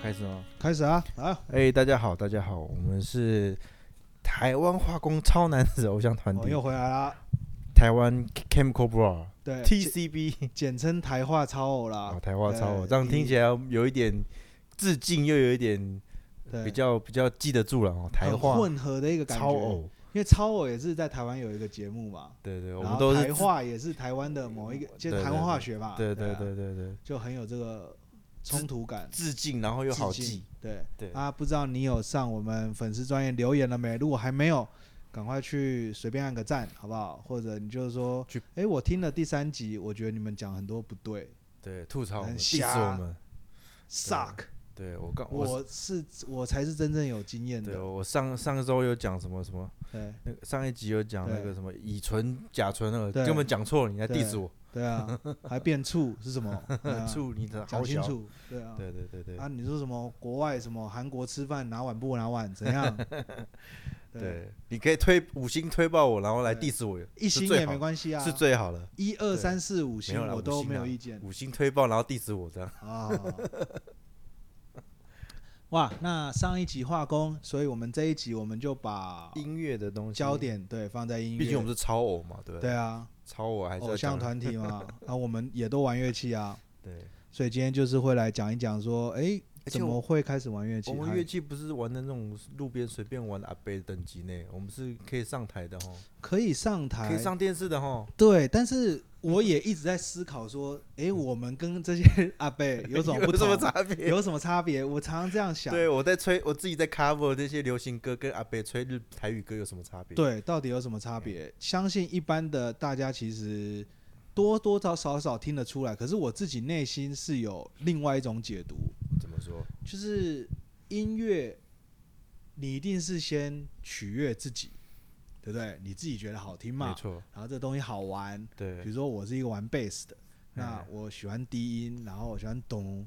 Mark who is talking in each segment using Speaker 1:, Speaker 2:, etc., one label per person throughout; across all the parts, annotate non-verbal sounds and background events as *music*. Speaker 1: 开始啊，来，
Speaker 2: 哎、大家好，大家好，我们是台湾化工超男子偶像团
Speaker 1: 我、
Speaker 2: 体，
Speaker 1: 哦又回来啦。
Speaker 2: 台湾 Chemical Bra
Speaker 1: 对，简
Speaker 2: TCB，
Speaker 1: 简称台话超偶啦
Speaker 2: 哦，。台湾超偶，
Speaker 1: 对
Speaker 2: 这样听起来有一点致敬，又有一点
Speaker 1: 对，
Speaker 2: 比较比较记得住了哦，台
Speaker 1: 很
Speaker 2: 化
Speaker 1: 混合的一个感觉。
Speaker 2: 超，偶，
Speaker 1: 因为超偶也是在台湾有一个节目嘛，
Speaker 2: 对对，我
Speaker 1: 然
Speaker 2: 们
Speaker 1: 后
Speaker 2: 都是
Speaker 1: 台化也是台湾的某一个，
Speaker 2: 对
Speaker 1: 就是
Speaker 2: 对
Speaker 1: 台湾
Speaker 2: 对
Speaker 1: 化学嘛。
Speaker 2: 对对
Speaker 1: 啊
Speaker 2: 对对对，
Speaker 1: 就很有这个冲突感，
Speaker 2: 致敬，然后又
Speaker 1: 致
Speaker 2: 好
Speaker 1: 敬
Speaker 2: 记，。
Speaker 1: 对
Speaker 2: 对
Speaker 1: 啊，不知道你有上我们粉丝专业留言了没？如果还没有，赶快去随便按个赞，好不好？或者你就是说
Speaker 2: 去，
Speaker 1: 哎，我听了第三集，我觉得你们讲很多不对
Speaker 2: 对，啊吐槽我
Speaker 1: 很
Speaker 2: 们，diss
Speaker 1: 瞎
Speaker 2: 我们，
Speaker 1: ，suck。
Speaker 2: 对我刚我
Speaker 1: 我是我才是真正有经验
Speaker 2: 对
Speaker 1: 的，
Speaker 2: 我上上周有讲什么什么，
Speaker 1: 对
Speaker 2: 那个上一集有讲那
Speaker 1: 对
Speaker 2: 个什么乙醇、甲醇那个，
Speaker 1: 对
Speaker 2: 根本讲错了，你在
Speaker 1: 对
Speaker 2: diss 我，
Speaker 1: 对啊，还变醋是什
Speaker 2: *laughs*
Speaker 1: 么？对啊
Speaker 2: 醋你的
Speaker 1: 讲
Speaker 2: 好
Speaker 1: 清
Speaker 2: 小，
Speaker 1: 楚，对啊，
Speaker 2: 对对对对
Speaker 1: 啊，你说什么国外什么韩国吃饭拿碗不拿碗怎
Speaker 2: *laughs*
Speaker 1: 样？对，
Speaker 2: 对，你可以推五星推爆我，然后来
Speaker 1: 对
Speaker 2: diss 我，
Speaker 1: 一
Speaker 2: 是
Speaker 1: 星
Speaker 2: 最
Speaker 1: 也
Speaker 2: 好
Speaker 1: 没关系啊，
Speaker 2: 是最好的，
Speaker 1: 一二
Speaker 2: 对
Speaker 1: 三四五
Speaker 2: 没
Speaker 1: 星
Speaker 2: 有啦
Speaker 1: 我
Speaker 2: 五
Speaker 1: 都
Speaker 2: 星
Speaker 1: 没有
Speaker 2: 啊
Speaker 1: 意
Speaker 2: *laughs*
Speaker 1: 见
Speaker 2: 五星推爆然后 diss 我这样，
Speaker 1: 啊。哇，那上一集化工，所以我们这一集我们就把
Speaker 2: 音乐的东西
Speaker 1: 焦，点对放在音乐，
Speaker 2: 毕竟我们是超偶嘛，对不
Speaker 1: 对？啊，
Speaker 2: 超偶还是要
Speaker 1: 偶像
Speaker 2: 讲
Speaker 1: 团
Speaker 2: *laughs*
Speaker 1: 体嘛，啊，我们也都玩乐器啊，
Speaker 2: 对，
Speaker 1: 所以今天就是会来讲一讲说，哎，
Speaker 2: 而
Speaker 1: 怎
Speaker 2: 且
Speaker 1: 么
Speaker 2: 我
Speaker 1: 会开始玩乐器？
Speaker 2: 我们
Speaker 1: 还
Speaker 2: 乐器不是玩的那种路边随便玩的阿贝等级内，我们是可以上台的哦，
Speaker 1: 可以上台，
Speaker 2: 可以上电视的哦，
Speaker 1: 对，但是我也一直在思考说，哎，我们跟这些 *laughs*
Speaker 2: *laughs*
Speaker 1: 阿贝有什么哦
Speaker 2: 嗯
Speaker 1: 不
Speaker 2: 有什
Speaker 1: 同
Speaker 2: 么？差别？
Speaker 1: 有什么差别？我常常这样想，
Speaker 2: 对，我在吹，我自己在 cover 这些流行歌，跟阿北吹日台语歌有什么差别？，
Speaker 1: 对，到底有什么差
Speaker 2: 嗯
Speaker 1: 别？相信一般的大家其实多多少少少听得出来，可是我自己内心是有另外一种解读，
Speaker 2: 怎么说？
Speaker 1: 就是音乐，你一定是先取悦自己，对不对？你自己觉得好听
Speaker 2: 没
Speaker 1: 嘛，
Speaker 2: 错，
Speaker 1: 然后这东西好玩，比
Speaker 2: 对
Speaker 1: 如说我是一个玩贝斯的，那
Speaker 2: 嗯
Speaker 1: 我喜欢低音，然后我喜欢咚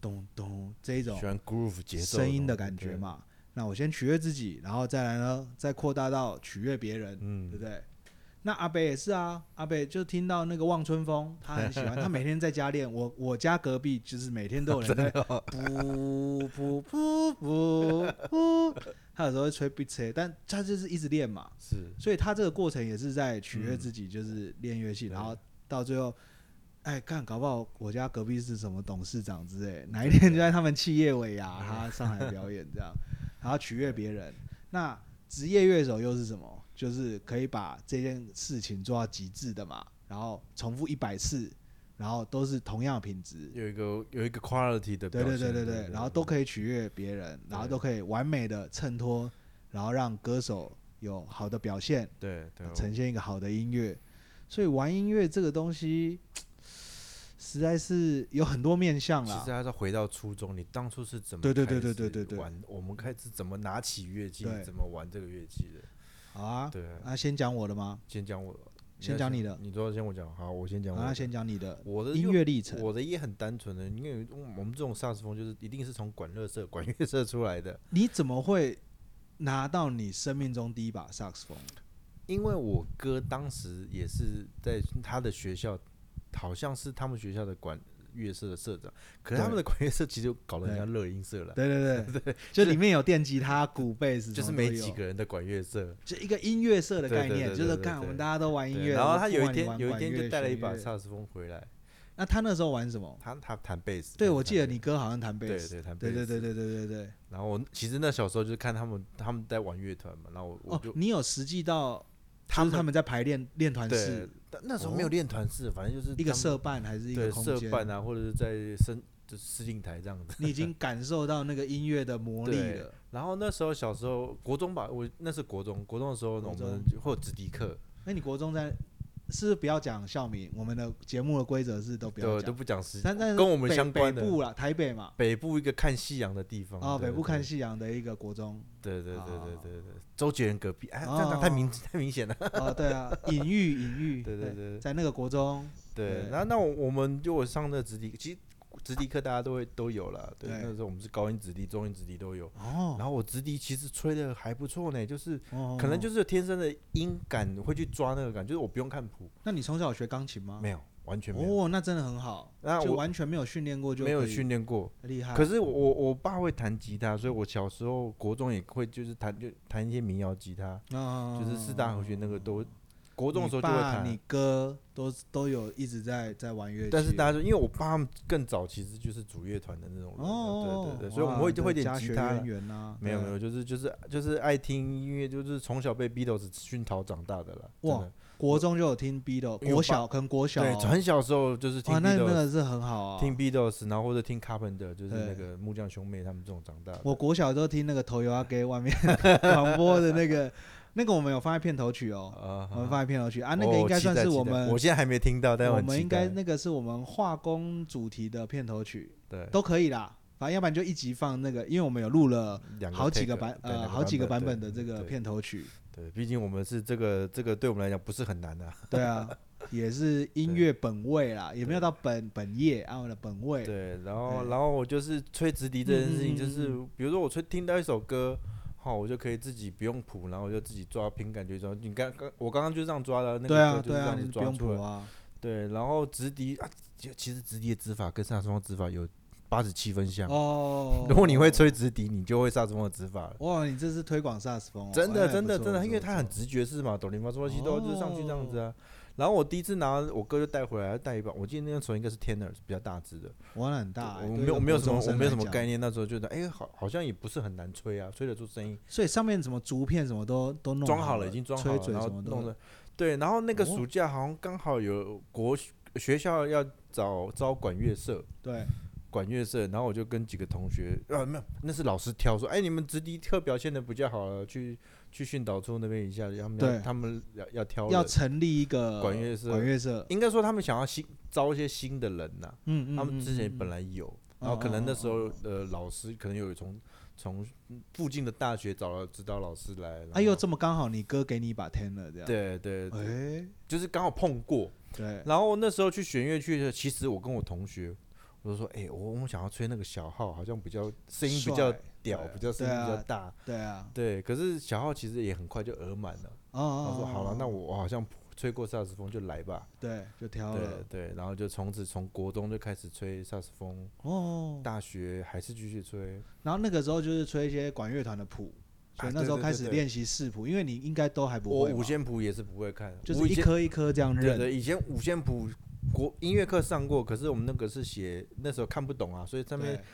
Speaker 1: 咚咚这一种
Speaker 2: 喜欢 groove 节奏
Speaker 1: 声音
Speaker 2: 的
Speaker 1: 的
Speaker 2: 东西
Speaker 1: 感觉。嘛。那我先取悦自己，然后再来呢，再扩大到取悦别
Speaker 2: 对，
Speaker 1: 人对
Speaker 2: 嗯，
Speaker 1: 不对？那阿北也是啊，阿北就听到那个望春风，他很
Speaker 2: *laughs*
Speaker 1: 喜欢，他每天在家练。我我家隔壁就是每天都有
Speaker 2: *laughs*
Speaker 1: 人在
Speaker 2: 哦
Speaker 1: *laughs* 噗噗噗噗噗，他有时候会吹 beat 车，但他就是一直练嘛，
Speaker 2: 是
Speaker 1: 所以他这个过程也是在取悦自己，就是练乐器，
Speaker 2: 嗯对
Speaker 1: 然后到最后，哎，看搞不好我家隔壁是什么董事长之类，哪一天就在他们企业尾牙，他上来表演这样，然后取悦别人。那职业乐手又是什么？就是可以把这件事情做到极致的嘛，然后重复一百次，然后都是同样的品质，
Speaker 2: 有一个有一个 quality 的表
Speaker 1: 对对
Speaker 2: 现，
Speaker 1: 对对
Speaker 2: 对
Speaker 1: 对，然后都可以取悦别人，然后
Speaker 2: 对
Speaker 1: 都可以完美的衬托，然后让歌手有好的表现，
Speaker 2: 对对
Speaker 1: 呈现一个好的音乐。所以玩音乐这个东西，实在是有很多面向
Speaker 2: 其
Speaker 1: 啦
Speaker 2: 实。还是要回到初中，你当初是怎么
Speaker 1: 对对对
Speaker 2: 开
Speaker 1: 对
Speaker 2: 始
Speaker 1: 对对对
Speaker 2: 玩，我们开始怎么拿起乐器
Speaker 1: 对，
Speaker 2: 怎么玩这个乐器的？
Speaker 1: 好啊，
Speaker 2: 对啊，
Speaker 1: 那先讲我的吗？
Speaker 2: 先讲我，
Speaker 1: 先
Speaker 2: 要
Speaker 1: 讲你的
Speaker 2: 你说先我讲，好，我先讲
Speaker 1: 好，
Speaker 2: 我的。
Speaker 1: 那先讲你的
Speaker 2: 我的
Speaker 1: 音
Speaker 2: 就
Speaker 1: 乐历程。
Speaker 2: 我的也很单纯的，因为我们这种萨克斯风就是一定是从管乐社、管乐社出来的。 *laughs*
Speaker 1: 你怎么会拿到你生命中第一把萨克斯风？
Speaker 2: 因为我哥当时也是在他的学校，好像是他们学校的管乐社的社长，可是他们的管乐社其实搞得很像乐音社了，
Speaker 1: 对对对对，就里面有电吉他、鼓、贝斯，
Speaker 2: 就是没几，个人的管乐社。
Speaker 1: 就一个音乐社的
Speaker 2: 对
Speaker 1: 概
Speaker 2: 对对
Speaker 1: 念，
Speaker 2: 对
Speaker 1: 就是
Speaker 2: 对
Speaker 1: 看
Speaker 2: 对
Speaker 1: 我们大家都玩音
Speaker 2: 对
Speaker 1: 乐。
Speaker 2: 然后
Speaker 1: 我
Speaker 2: 他
Speaker 1: 不
Speaker 2: 有一
Speaker 1: 管你
Speaker 2: 天
Speaker 1: 玩
Speaker 2: 有一
Speaker 1: 管
Speaker 2: 天就
Speaker 1: 乐
Speaker 2: 带了一
Speaker 1: 弦
Speaker 2: 把
Speaker 1: 乐
Speaker 2: 萨克斯风回来，
Speaker 1: 那他那时候玩什么？
Speaker 2: 他他弹贝斯。
Speaker 1: 对，
Speaker 2: 他
Speaker 1: 我
Speaker 2: 弹
Speaker 1: 记得
Speaker 2: 贝
Speaker 1: 你
Speaker 2: 斯
Speaker 1: 哥好像弹贝
Speaker 2: 对
Speaker 1: 斯。
Speaker 2: 对弹贝
Speaker 1: 对
Speaker 2: 斯。
Speaker 1: 对对对对对对。
Speaker 2: 然后我其实那小时候就是看他们他们在玩乐团嘛，然后我我
Speaker 1: 哦
Speaker 2: 就，
Speaker 1: 你有实际到他
Speaker 2: 他
Speaker 1: 们
Speaker 2: 们
Speaker 1: 他们在排练练团
Speaker 2: 对
Speaker 1: 是，
Speaker 2: 但那时候没有练团式，反正就是
Speaker 1: 一个
Speaker 2: 他们
Speaker 1: 社办还是一个
Speaker 2: 对
Speaker 1: 空
Speaker 2: 社
Speaker 1: 间？
Speaker 2: 办啊，或者是在生就是司令台这样子。
Speaker 1: *laughs* 你已经感受到那个音乐的魔力
Speaker 2: 对
Speaker 1: 了。
Speaker 2: *laughs* 然后那时候小时候国中吧，我那是国中，国中的时候呢
Speaker 1: 国
Speaker 2: 我
Speaker 1: 中
Speaker 2: 们就会有直笛课，
Speaker 1: 那你国中在是不是不要讲校名？我们的节目的规则是都不要
Speaker 2: 对，都
Speaker 1: 讲，
Speaker 2: 不讲时
Speaker 1: 但但是
Speaker 2: 跟我们
Speaker 1: 北
Speaker 2: 相关的
Speaker 1: 北部啦，台北嘛，
Speaker 2: 北部一个看夕阳的地方
Speaker 1: 哦，
Speaker 2: 对
Speaker 1: 北部看
Speaker 2: 对
Speaker 1: 夕阳的一个
Speaker 2: *laughs*
Speaker 1: 国中，
Speaker 2: 对对对
Speaker 1: 哦
Speaker 2: 对对对，周杰伦隔壁，哎，这样太明太明
Speaker 1: *laughs*
Speaker 2: 显了，
Speaker 1: 哦，对啊，隐喻隐喻，
Speaker 2: 对对对
Speaker 1: 在那个国中，对
Speaker 2: 对。然后那我我们就我上那直笛，其实直笛课大家都会都有啦，对，
Speaker 1: 对
Speaker 2: 那时候我们是高音直笛、中音直笛都有。
Speaker 1: 哦，
Speaker 2: 然后我直笛其实吹的还不错呢，就是
Speaker 1: 哦
Speaker 2: 可能
Speaker 1: 哦
Speaker 2: 就是天生的音感会去抓那个感，就是我不用看谱，
Speaker 1: 那你从小有学钢琴吗？
Speaker 2: 没有，完全没有，
Speaker 1: 啊哦，那真的很好，
Speaker 2: 那
Speaker 1: 就
Speaker 2: 我
Speaker 1: 完全没有训练过就
Speaker 2: 没有
Speaker 1: 可以
Speaker 2: 训练过。
Speaker 1: 厉害。
Speaker 2: 可是我我我爸会弹吉他，所以我小时候国中也会就是弹就弹一些民谣吉他，
Speaker 1: 啊
Speaker 2: 就是四大和弦那个都，国中的时候就会
Speaker 1: 你爸嗯你
Speaker 2: 弹。
Speaker 1: 哥都都有一直在在玩乐器，
Speaker 2: 但是大家就因为我爸他们更早其实就是组乐团的那种人，
Speaker 1: 哦，
Speaker 2: 对对对，所以我们会会点吉他啦。
Speaker 1: 渊源呐，
Speaker 2: 没有
Speaker 1: 对
Speaker 2: 没有，就是就是就是爱听音乐，就是从小被 Beatles 熏陶长大的啦。
Speaker 1: 哇
Speaker 2: 真的，
Speaker 1: 国中就有听 B 的，
Speaker 2: 因为
Speaker 1: 国
Speaker 2: 我
Speaker 1: 小跟国小哦
Speaker 2: 对，很小时候就是听
Speaker 1: 哇，那那
Speaker 2: Beatles，
Speaker 1: 个是很好啊。
Speaker 2: 听 Beatles，然后或者听 Carpenter，就是
Speaker 1: 对
Speaker 2: 那个木匠兄妹他们这种长大的。
Speaker 1: 我国小都听那个头油啊给
Speaker 2: *laughs*
Speaker 1: 外面广播的那个，那个我们有放在片头曲哦，
Speaker 2: 啊
Speaker 1: 我们放在片头曲啊，
Speaker 2: 啊
Speaker 1: 那个应该算是我们
Speaker 2: 我现在还没听到，但
Speaker 1: 我
Speaker 2: 很
Speaker 1: 们
Speaker 2: 期
Speaker 1: 应该
Speaker 2: 待
Speaker 1: 那个是我们化工主题的片头曲
Speaker 2: 对
Speaker 1: 都可以啦，反正要不然就一集放那个，因为我们有录了
Speaker 2: 两
Speaker 1: 好几
Speaker 2: take，
Speaker 1: 个版
Speaker 2: 对两
Speaker 1: 呃好几个版本
Speaker 2: 对
Speaker 1: 的这个
Speaker 2: 对
Speaker 1: 片头曲，
Speaker 2: 对，毕竟我们是这个这个对我们来讲不是很难的、
Speaker 1: *laughs* 对啊，也是音乐本位啦，也没有到本本业啊，我的本位，
Speaker 2: 对，然后
Speaker 1: 对
Speaker 2: 然后我就是吹直笛这件事情，
Speaker 1: 嗯嗯嗯
Speaker 2: 就是比如说我吹听到一首歌，好，我就可以自己不用谱，然后我就自己抓凭感觉抓。你刚刚我刚刚就这样抓的，那
Speaker 1: 对啊
Speaker 2: 个歌就是
Speaker 1: 对
Speaker 2: 这
Speaker 1: 啊，
Speaker 2: 样
Speaker 1: 你
Speaker 2: 子
Speaker 1: 不
Speaker 2: 抓
Speaker 1: 用
Speaker 2: 出
Speaker 1: 谱
Speaker 2: 来。
Speaker 1: 啊，
Speaker 2: 对，然后直笛啊，其其实直笛的指法跟萨克斯风指法有八十七分像。
Speaker 1: 哦，
Speaker 2: *laughs* 如果你会吹直笛，你就会萨克斯风的指法了。
Speaker 1: 哇，你这是推广萨克斯风哦，
Speaker 2: 真
Speaker 1: 哎
Speaker 2: 的，
Speaker 1: 不
Speaker 2: 真的，
Speaker 1: 错
Speaker 2: 真的，
Speaker 1: 不
Speaker 2: 因为
Speaker 1: 错
Speaker 2: 它很
Speaker 1: 不错哦
Speaker 2: 直觉式嘛，哆来咪发嗦拉西哆就是上去这样子啊。然后我第一次拿我哥就带回来，带一把，我记得那时候应该是 tenor 比较大只的，
Speaker 1: 玩得很大欸，
Speaker 2: 我没
Speaker 1: 对
Speaker 2: 有
Speaker 1: 一
Speaker 2: 我
Speaker 1: 个
Speaker 2: 没有
Speaker 1: 国
Speaker 2: 什么
Speaker 1: 中
Speaker 2: 我
Speaker 1: 生
Speaker 2: 没有什
Speaker 1: 来
Speaker 2: 么
Speaker 1: 讲
Speaker 2: 概念，那时候觉得哎好好像也不是很难吹啊，吹得出声音，
Speaker 1: 所以上面什么竹片什么都都弄
Speaker 2: 装
Speaker 1: 好
Speaker 2: 好了已经装好
Speaker 1: 吹
Speaker 2: 了，
Speaker 1: 嘴
Speaker 2: 然后
Speaker 1: 什么都
Speaker 2: 弄了，对，然后那个
Speaker 1: 哦
Speaker 2: 暑假好像刚好有国学学校要找招管乐社，
Speaker 1: 对，
Speaker 2: 管乐社，然后我就跟几个同学，啊，没有，那是老师挑说，哎，你们直笛课表现的比较好了，去去训导处那边一下，他们
Speaker 1: 对
Speaker 2: 要他们要要挑
Speaker 1: 要
Speaker 2: 人，
Speaker 1: 成立一个
Speaker 2: 管乐社
Speaker 1: 管乐社，
Speaker 2: 应该说他们想要新招一些新的人呐、
Speaker 1: 嗯嗯，
Speaker 2: 他们之前本
Speaker 1: 来
Speaker 2: 来有，
Speaker 1: 嗯
Speaker 2: 然后可能那时候呃老师可能有从从附近的大学找了指导老师来，然后
Speaker 1: 哎呦，这么刚好你哥给你一把 tenor 这样，，
Speaker 2: 对对对，
Speaker 1: 哎，
Speaker 2: 就是刚好碰过，
Speaker 1: 对，
Speaker 2: 然后那时候去弦乐去的，其实我跟我同学。我就说，哎、我我想要吹那个小号，好像比较声音比较
Speaker 1: 帅
Speaker 2: 屌，
Speaker 1: 对
Speaker 2: 比较声音
Speaker 1: 对啊
Speaker 2: 比较大，
Speaker 1: 对啊，
Speaker 2: 对，可是小号其实也很快就额满了。
Speaker 1: 哦
Speaker 2: 他
Speaker 1: 哦，
Speaker 2: 说
Speaker 1: 哦
Speaker 2: 好了，那
Speaker 1: 哦
Speaker 2: 我我好像吹过萨克斯风，就来吧。
Speaker 1: 对就挑
Speaker 2: 对
Speaker 1: 了，
Speaker 2: 对，然后就从此从国中就开始吹萨克斯风，
Speaker 1: 哦，
Speaker 2: 大学还是继续吹。
Speaker 1: 然后那个时候就是吹一些管乐团的谱，所以
Speaker 2: 啊
Speaker 1: 那
Speaker 2: 对
Speaker 1: 时候
Speaker 2: 对
Speaker 1: 开
Speaker 2: 对
Speaker 1: 始
Speaker 2: 对
Speaker 1: 练习视谱，因为你应该都还不
Speaker 2: 我
Speaker 1: 会
Speaker 2: 五
Speaker 1: 嘛，
Speaker 2: 线谱也是不会看，
Speaker 1: 就是
Speaker 2: 我以
Speaker 1: 一
Speaker 2: 前
Speaker 1: 颗一颗这样
Speaker 2: 对
Speaker 1: 认，
Speaker 2: 对，以前五线谱国音乐课上过，可是我们那个是写那时候看不懂啊，所以上面
Speaker 1: 对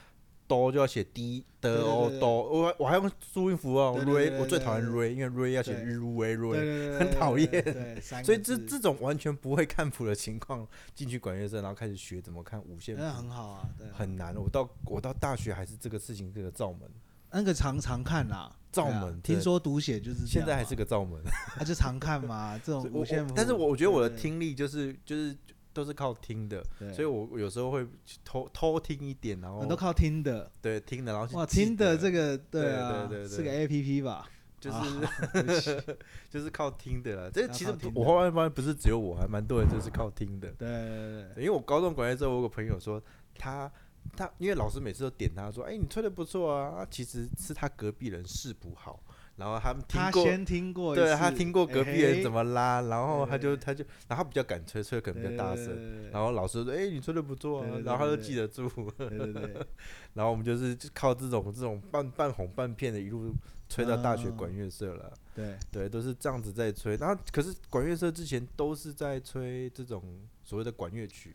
Speaker 2: 哆就要写低的哦
Speaker 1: 对对对对
Speaker 2: 哆，我还我还用注音符哦
Speaker 1: 对对对对
Speaker 2: ，re
Speaker 1: 对
Speaker 2: 我最讨厌
Speaker 1: 对
Speaker 2: re，因为 re 要写
Speaker 1: 对
Speaker 2: 日如为
Speaker 1: 对
Speaker 2: re，
Speaker 1: 对对，
Speaker 2: 很
Speaker 1: 对
Speaker 2: 讨
Speaker 1: 对对
Speaker 2: 厌
Speaker 1: 对，三
Speaker 2: 所以
Speaker 1: 个
Speaker 2: 这
Speaker 1: 字
Speaker 2: 这种完全不会看谱的情况进去管乐社，然后开始学怎么看五线谱，
Speaker 1: 那很好啊，对，
Speaker 2: 很难。我到我到大学还是这个事情这个罩门，
Speaker 1: 那个常常看啦，
Speaker 2: 罩
Speaker 1: 对啊
Speaker 2: 门
Speaker 1: 听
Speaker 2: 对
Speaker 1: 说读写就是这
Speaker 2: 现
Speaker 1: 样
Speaker 2: 在还
Speaker 1: 嘛
Speaker 2: 是个罩门。
Speaker 1: 啊，就常看嘛，这种
Speaker 2: 所以我
Speaker 1: 五线
Speaker 2: 我
Speaker 1: 谱。
Speaker 2: 但是我我觉得我的
Speaker 1: 对，
Speaker 2: 听力就是就是都是靠听的，
Speaker 1: 对
Speaker 2: 所以我有时候会偷偷听一点，然后
Speaker 1: 很多靠听的，
Speaker 2: 对听的，然后去
Speaker 1: 哇，
Speaker 2: 记
Speaker 1: 听的
Speaker 2: 得
Speaker 1: 这个对
Speaker 2: 对
Speaker 1: 啊
Speaker 2: 对，对
Speaker 1: 是个
Speaker 2: 对
Speaker 1: A P P 吧？
Speaker 2: 就是、
Speaker 1: 啊对不起
Speaker 2: *laughs* 就是靠听的啦。这
Speaker 1: 要
Speaker 2: 其
Speaker 1: 靠
Speaker 2: 实
Speaker 1: 听的
Speaker 2: 我后来发现不是只有我，还蛮多人就是靠听的。
Speaker 1: 对对对
Speaker 2: 因为我高中管乐之后，我有个朋友说他他，因为老师每次都点他说，哎、你吹的不错啊，啊其实是他隔壁人视谱好，然后他们听
Speaker 1: 他
Speaker 2: 过，
Speaker 1: 先听过一次，
Speaker 2: 对他听过隔壁人怎
Speaker 1: 么
Speaker 2: 么拉，然后他就
Speaker 1: 对
Speaker 2: 他就，然后他比较敢吹，吹的可能比较大声。
Speaker 1: 声
Speaker 2: 然后老师说：“哎、你吹的不错啊。
Speaker 1: 对对对
Speaker 2: 然后他就
Speaker 1: 对对
Speaker 2: 记得住。 *laughs*
Speaker 1: *laughs* 对对对对，
Speaker 2: 然后我们就是就靠这种这种半半哄半骗的，一路吹到大学
Speaker 1: 啊
Speaker 2: 管乐社了。
Speaker 1: 对
Speaker 2: 对，都是这样子在吹。然后可是管乐社之前都是在吹这种所谓的管乐曲，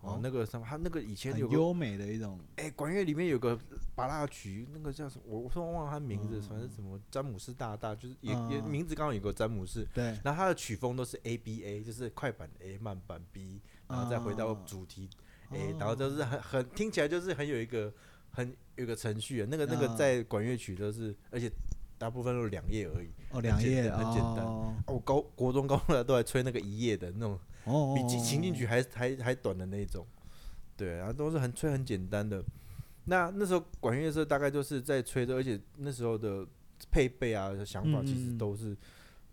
Speaker 2: 哦，
Speaker 1: 哦
Speaker 2: 那个什么，他那个以前
Speaker 1: 很
Speaker 2: 有个
Speaker 1: 优美的一种，
Speaker 2: 哎、管乐里面有个巴拉曲，那个叫什么？我我突然忘了他名字，
Speaker 1: 嗯
Speaker 2: 反正什么詹姆斯大大，就是也、也
Speaker 1: 嗯
Speaker 2: 名字刚好有个詹姆斯。
Speaker 1: 对，
Speaker 2: 然后他的曲风都是 A B A，就是快板 A 慢板 B，然后再回到
Speaker 1: 啊
Speaker 2: 主题 A，、然后就是很很听起来就是很有一个很有一个程序的，那个那个
Speaker 1: 啊
Speaker 2: 在管乐曲都是，而且大部分都是两页而已。
Speaker 1: 哦两
Speaker 2: 简
Speaker 1: 页
Speaker 2: 单很简单
Speaker 1: 哦
Speaker 2: 哦，我高国中、高中的都还吹那个一夜的那种，
Speaker 1: 哦，
Speaker 2: 比情
Speaker 1: 哦
Speaker 2: 情景曲，还还还短的那种。对，然后都是很吹很简单的。那那时候管乐社大概就是在吹的，而且那时候的配备啊、想法
Speaker 1: 嗯
Speaker 2: 其实
Speaker 1: 嗯
Speaker 2: 都是、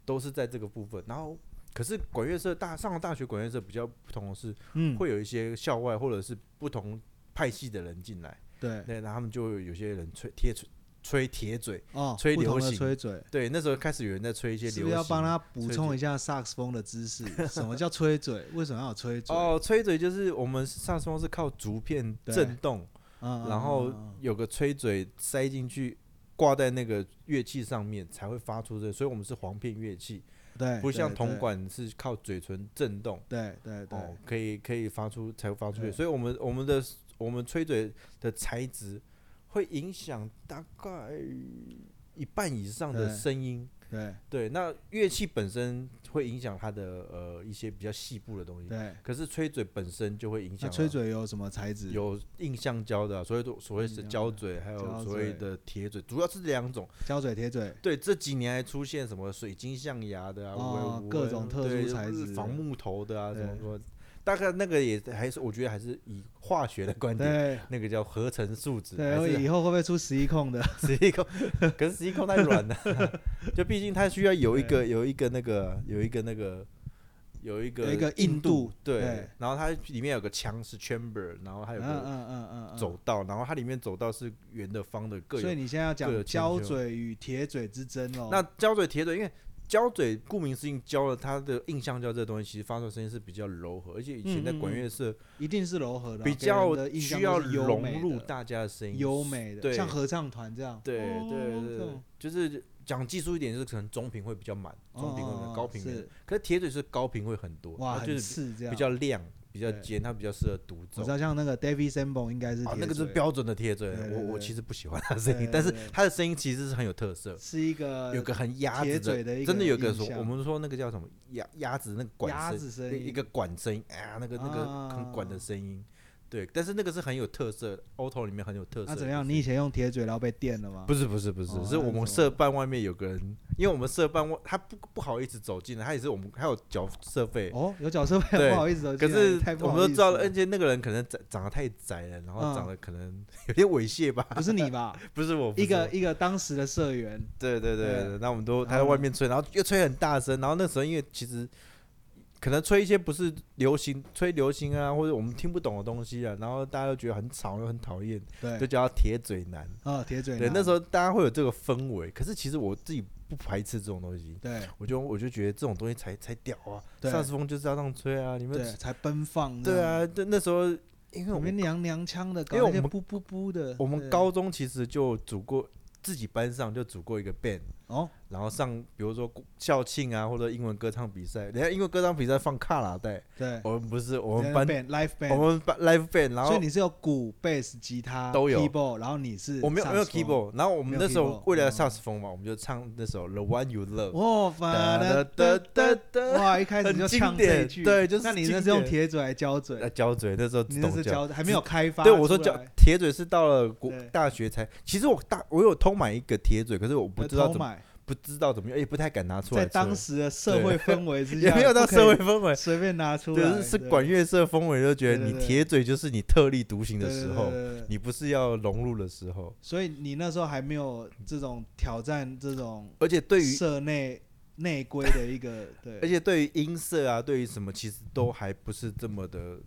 Speaker 2: 都是在这个部分。然后，可是管乐社大上了大学管乐社比较不同的是，
Speaker 1: 嗯，
Speaker 2: 会有一些校外或者是不同派系的人进来，
Speaker 1: 对
Speaker 2: 那然后他们就会有些人吹贴吹吹铁嘴，
Speaker 1: 哦，
Speaker 2: 吹
Speaker 1: 不同
Speaker 2: 流
Speaker 1: 的
Speaker 2: 行
Speaker 1: 吹嘴，
Speaker 2: 对，那时候开始有人在吹一些
Speaker 1: 是
Speaker 2: 流
Speaker 1: 不是
Speaker 2: 行。
Speaker 1: 要帮他补充一下萨克斯风的知识？ *laughs* 什么叫吹嘴？为什么要有吹嘴？
Speaker 2: 哦，吹嘴就是我们上次是靠竹片
Speaker 1: 对
Speaker 2: 震动，
Speaker 1: 嗯，
Speaker 2: 然后有个吹嘴塞进去，挂在那个乐器上面才会发出这个所以我们是簧片乐器，
Speaker 1: 对，
Speaker 2: 不
Speaker 1: 对
Speaker 2: 像铜，管是靠嘴唇震动，
Speaker 1: 对对对
Speaker 2: 哦
Speaker 1: 对，
Speaker 2: 可以可以发出才会发出
Speaker 1: 对
Speaker 2: 去。所以我们我们的我们吹嘴的材质会影响大概一半以上的
Speaker 1: 对
Speaker 2: 声音。
Speaker 1: 对
Speaker 2: 对，那乐器本身会影响它的呃一些比较细部的东西，
Speaker 1: 对。
Speaker 2: 可是吹嘴本身就会影
Speaker 1: 那
Speaker 2: 响
Speaker 1: 吹
Speaker 2: 到
Speaker 1: 嘴有什么材质？
Speaker 2: 啊有硬橡胶的啊、所以都所谓是
Speaker 1: 硬橡
Speaker 2: 胶嘴，还有
Speaker 1: 胶
Speaker 2: 所谓
Speaker 1: 嘴
Speaker 2: 的铁嘴，主要是这两种。
Speaker 1: 胶嘴、铁嘴，
Speaker 2: 对，这几年还出现什么水晶象牙的啊，
Speaker 1: 哦
Speaker 2: 五维五
Speaker 1: 各
Speaker 2: 维
Speaker 1: 种特
Speaker 2: 对
Speaker 1: 殊材质的
Speaker 2: 仿木头的啊，什么
Speaker 1: 对
Speaker 2: 什么，大概那个也还是我觉得还是以化学的观点，
Speaker 1: 对
Speaker 2: 那个叫合成树脂，
Speaker 1: 对，
Speaker 2: 还
Speaker 1: 我
Speaker 2: *laughs*
Speaker 1: 以
Speaker 2: 是
Speaker 1: 后会不会出十一控的？
Speaker 2: 十一控，可是十一控太软了， *laughs* 就毕竟它需要有一个有一个那个有一个那个。有一个
Speaker 1: 有一个硬
Speaker 2: 硬
Speaker 1: 度
Speaker 2: 对，
Speaker 1: 对
Speaker 2: 然后它里面有个腔是 chamber，然后还有
Speaker 1: 嗯
Speaker 2: 个
Speaker 1: 嗯嗯嗯嗯，
Speaker 2: 走道，然后它里面走道是圆的、方的，各
Speaker 1: 所以
Speaker 2: 有。
Speaker 1: 你现在要
Speaker 2: 各有
Speaker 1: 讲
Speaker 2: 千
Speaker 1: 胶
Speaker 2: 秋
Speaker 1: 嘴与铁嘴之争喽。
Speaker 2: 那胶嘴、铁嘴，因为胶嘴顾名思义，胶了它的硬橡胶这个东西，其实发出的声音是比较柔和，而且以前在
Speaker 1: 嗯嗯
Speaker 2: 管乐社
Speaker 1: 一定是柔和的啊，
Speaker 2: 比
Speaker 1: 给人
Speaker 2: 较
Speaker 1: 的印象
Speaker 2: 需
Speaker 1: 都
Speaker 2: 要
Speaker 1: 是优美
Speaker 2: 融入
Speaker 1: 的
Speaker 2: 大家的声音，
Speaker 1: 优美的，
Speaker 2: 对
Speaker 1: 像合唱团这样。
Speaker 2: 对
Speaker 1: 哦
Speaker 2: 对对
Speaker 1: 这
Speaker 2: 对
Speaker 1: 种，
Speaker 2: 就是讲技术一点，就是可能中频会比较满，中频会比
Speaker 1: 哦
Speaker 2: 较高频没
Speaker 1: 是
Speaker 2: 有，可是铁嘴是高频会很多，
Speaker 1: 哇，
Speaker 2: 它
Speaker 1: 很
Speaker 2: 啊就是
Speaker 1: 刺这样。
Speaker 2: 比较亮、比较
Speaker 1: 对
Speaker 2: 尖，它比较适合独
Speaker 1: 我
Speaker 2: 奏
Speaker 1: 知。道，像那个 David s a m b o 应该是
Speaker 2: 啊，
Speaker 1: 铁
Speaker 2: 那个是
Speaker 1: 嘴
Speaker 2: 标准的铁嘴
Speaker 1: 对，对
Speaker 2: 我我
Speaker 1: 对
Speaker 2: 其实不喜欢它的声
Speaker 1: 对
Speaker 2: 音
Speaker 1: 对，
Speaker 2: 但是
Speaker 1: 对
Speaker 2: 它的声音其实是很有特色，
Speaker 1: 是一个
Speaker 2: 有个很鸭
Speaker 1: 呃铁
Speaker 2: 子
Speaker 1: 嘴的一个
Speaker 2: 真的有个
Speaker 1: 印
Speaker 2: 说，
Speaker 1: 象
Speaker 2: 我们说那个叫什么鸭鸭子那个管
Speaker 1: 鸭
Speaker 2: 声
Speaker 1: 子声
Speaker 2: 对
Speaker 1: 音
Speaker 2: 一个管声音，啊，那个那个很管
Speaker 1: 啊
Speaker 2: 的声音，对，但是那个是很有特色，auto 里面很有特色的一个声
Speaker 1: 那
Speaker 2: 音。
Speaker 1: 怎样？你以前用铁嘴然后被电了吗？
Speaker 2: 不是不是不是，
Speaker 1: 哦
Speaker 2: 是我们
Speaker 1: 那是什么
Speaker 2: 社办外面有个人，因为我们社办外他不不好意思走进来，他也是我们还有缴社费，
Speaker 1: 哦，有角色
Speaker 2: 对
Speaker 1: 被不好意思哦，
Speaker 2: 可
Speaker 1: 竟然
Speaker 2: 是
Speaker 1: 太不
Speaker 2: 我
Speaker 1: 好
Speaker 2: 们都
Speaker 1: 意
Speaker 2: 知道
Speaker 1: 思
Speaker 2: 了，而嗯且那个人可能长长得太宅了，然后
Speaker 1: 嗯
Speaker 2: 长得可能 *laughs* 有点猥亵吧，
Speaker 1: 不是你吧？
Speaker 2: 不是 *laughs* 我，不
Speaker 1: 一
Speaker 2: 是我
Speaker 1: 个一个当时的社员，
Speaker 2: 对对对
Speaker 1: 对
Speaker 2: 对，那我们都
Speaker 1: 然
Speaker 2: 他在
Speaker 1: 后
Speaker 2: 外
Speaker 1: 呢
Speaker 2: 面吹，然后又吹很大声，然后那时候因为其实可能吹一些不是流行，吹流行啊，或者我们听不懂的东西啊，然后大家都觉得很吵又很讨厌，就
Speaker 1: 对，
Speaker 2: 叫他铁嘴男。
Speaker 1: 啊，铁嘴
Speaker 2: 对，
Speaker 1: 男
Speaker 2: 那时候大家会有这个氛围，可是其实我自己不排斥这种东西，
Speaker 1: 对
Speaker 2: 我就我就觉得这种东西才才屌啊，
Speaker 1: 对
Speaker 2: 萨克斯风就是要这样吹啊，你
Speaker 1: 对
Speaker 2: 们
Speaker 1: 才奔放这
Speaker 2: 对
Speaker 1: 样，
Speaker 2: 啊，对那时候因为我
Speaker 1: 你们
Speaker 2: 们
Speaker 1: 娘娘腔的，搞
Speaker 2: 因为
Speaker 1: 那些
Speaker 2: 我们
Speaker 1: 不不不的，
Speaker 2: 我们
Speaker 1: 对
Speaker 2: 高中其实就组过自己班上就组过一个 band。
Speaker 1: 哦，
Speaker 2: 然后上比如说校庆啊，或者英文歌唱比赛，人家英文歌唱比赛放卡拉带，
Speaker 1: 对，
Speaker 2: *laughs* 我们不是我
Speaker 1: 你
Speaker 2: 们
Speaker 1: 在
Speaker 2: 班
Speaker 1: band live band，
Speaker 2: 我们班 live band，然
Speaker 1: 所
Speaker 2: 后
Speaker 1: 以你是有鼓、贝斯、吉他
Speaker 2: 都有
Speaker 1: keyboard，然后你是
Speaker 2: 我没有没有
Speaker 1: saxophone
Speaker 2: keyboard，然后我们
Speaker 1: 没有
Speaker 2: 那时候
Speaker 1: keyboard，
Speaker 2: 为了
Speaker 1: 嗯
Speaker 2: 萨克斯风嘛，我们就唱那首 The One You Love，
Speaker 1: 哇，
Speaker 2: 哒
Speaker 1: 反
Speaker 2: 哒
Speaker 1: 的
Speaker 2: 哒
Speaker 1: 哒
Speaker 2: 哒
Speaker 1: 哒
Speaker 2: 哒，
Speaker 1: 哇，一开始就
Speaker 2: 很经
Speaker 1: 唱这一
Speaker 2: 典
Speaker 1: 句，
Speaker 2: 对就是
Speaker 1: 那你
Speaker 2: 经
Speaker 1: 那是用
Speaker 2: 典
Speaker 1: 铁嘴还胶
Speaker 2: 呃
Speaker 1: 嘴？
Speaker 2: 胶嘴那时候
Speaker 1: 你
Speaker 2: 只
Speaker 1: 那
Speaker 2: 懂
Speaker 1: 是
Speaker 2: 胶，
Speaker 1: 胶，还没有开发出
Speaker 2: 对
Speaker 1: 来。
Speaker 2: 我说胶铁嘴是到了国
Speaker 1: 对
Speaker 2: 大学才，其实我大我有偷买一个铁嘴，可是我不
Speaker 1: 要
Speaker 2: 知道
Speaker 1: 哎偷
Speaker 2: 怎么
Speaker 1: 买，
Speaker 2: 不知道怎么用，也不太敢拿出来
Speaker 1: 在
Speaker 2: 吹，
Speaker 1: 当时的社会氛围之下，
Speaker 2: *laughs* 也没有到
Speaker 1: 不可以
Speaker 2: 社会氛围，
Speaker 1: 随便拿出来，
Speaker 2: 就是是
Speaker 1: 对
Speaker 2: 管乐社氛围，就觉得
Speaker 1: 对
Speaker 2: 你
Speaker 1: 对对
Speaker 2: 铁嘴就是你特立独行的时候
Speaker 1: 对，对对对对
Speaker 2: 你不是要融入的时候。
Speaker 1: 所以你那时候还没有这种挑战这种
Speaker 2: 而且对于
Speaker 1: 社内内规的一个对，
Speaker 2: 而且对于音色啊，对于什么其实都还不是这么的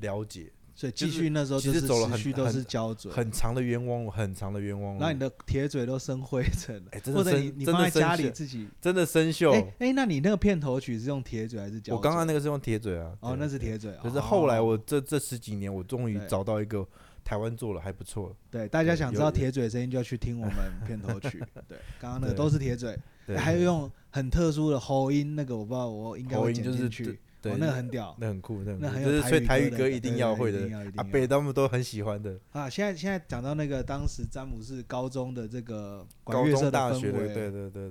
Speaker 2: 了解，
Speaker 1: 所以
Speaker 2: 就
Speaker 1: 继
Speaker 2: 是
Speaker 1: 续那时候
Speaker 2: 其
Speaker 1: 就
Speaker 2: 实
Speaker 1: 是
Speaker 2: 走了
Speaker 1: 持
Speaker 2: 很
Speaker 1: 续都
Speaker 2: 很
Speaker 1: 是胶嘴，
Speaker 2: 很长的冤枉路，很长的冤枉路。
Speaker 1: 然后你的铁嘴都生灰尘了
Speaker 2: 嗯哎，真的
Speaker 1: 或者
Speaker 2: 生
Speaker 1: 你你
Speaker 2: 真的
Speaker 1: 放在家
Speaker 2: 生
Speaker 1: 里
Speaker 2: 锈
Speaker 1: 自己。
Speaker 2: 真的生
Speaker 1: 哎
Speaker 2: 锈
Speaker 1: 哎。、那你那个片头曲是用铁嘴还是胶嘴？
Speaker 2: 我刚刚那个是用铁嘴啊，
Speaker 1: 哦，
Speaker 2: 对
Speaker 1: 那是。铁嘴。
Speaker 2: 可是后来
Speaker 1: 哦
Speaker 2: 我这这十几年，我终于
Speaker 1: 对
Speaker 2: 找到一个台湾做了还不错。
Speaker 1: 对大家
Speaker 2: 对
Speaker 1: 想知
Speaker 2: 有
Speaker 1: 道
Speaker 2: 有
Speaker 1: 铁嘴的声音，就要去听我们片头
Speaker 2: *laughs*
Speaker 1: 曲。对，刚刚那个
Speaker 2: 对
Speaker 1: 都是铁嘴，
Speaker 2: 对，
Speaker 1: 哎还有用很特殊的喉音，那个我不知道，我应该
Speaker 2: 喉
Speaker 1: 会
Speaker 2: 音
Speaker 1: 剪
Speaker 2: 就
Speaker 1: 进
Speaker 2: 是
Speaker 1: 去。
Speaker 2: 对，
Speaker 1: 哦，那个很屌，
Speaker 2: 那很酷，那很
Speaker 1: 那
Speaker 2: 酷
Speaker 1: 很
Speaker 2: 就
Speaker 1: 有
Speaker 2: 是所以台
Speaker 1: 语
Speaker 2: 语歌
Speaker 1: 的
Speaker 2: 一定要会
Speaker 1: 对对
Speaker 2: 的
Speaker 1: 一定，要一定
Speaker 2: 阿
Speaker 1: 要
Speaker 2: 贝他们都很喜欢的。
Speaker 1: 啊！现在现在讲到那个当时詹姆士高中的这个管
Speaker 2: 高
Speaker 1: 乐
Speaker 2: 中
Speaker 1: 社
Speaker 2: 大
Speaker 1: 氛
Speaker 2: 学的，
Speaker 1: 围，
Speaker 2: 对对对对。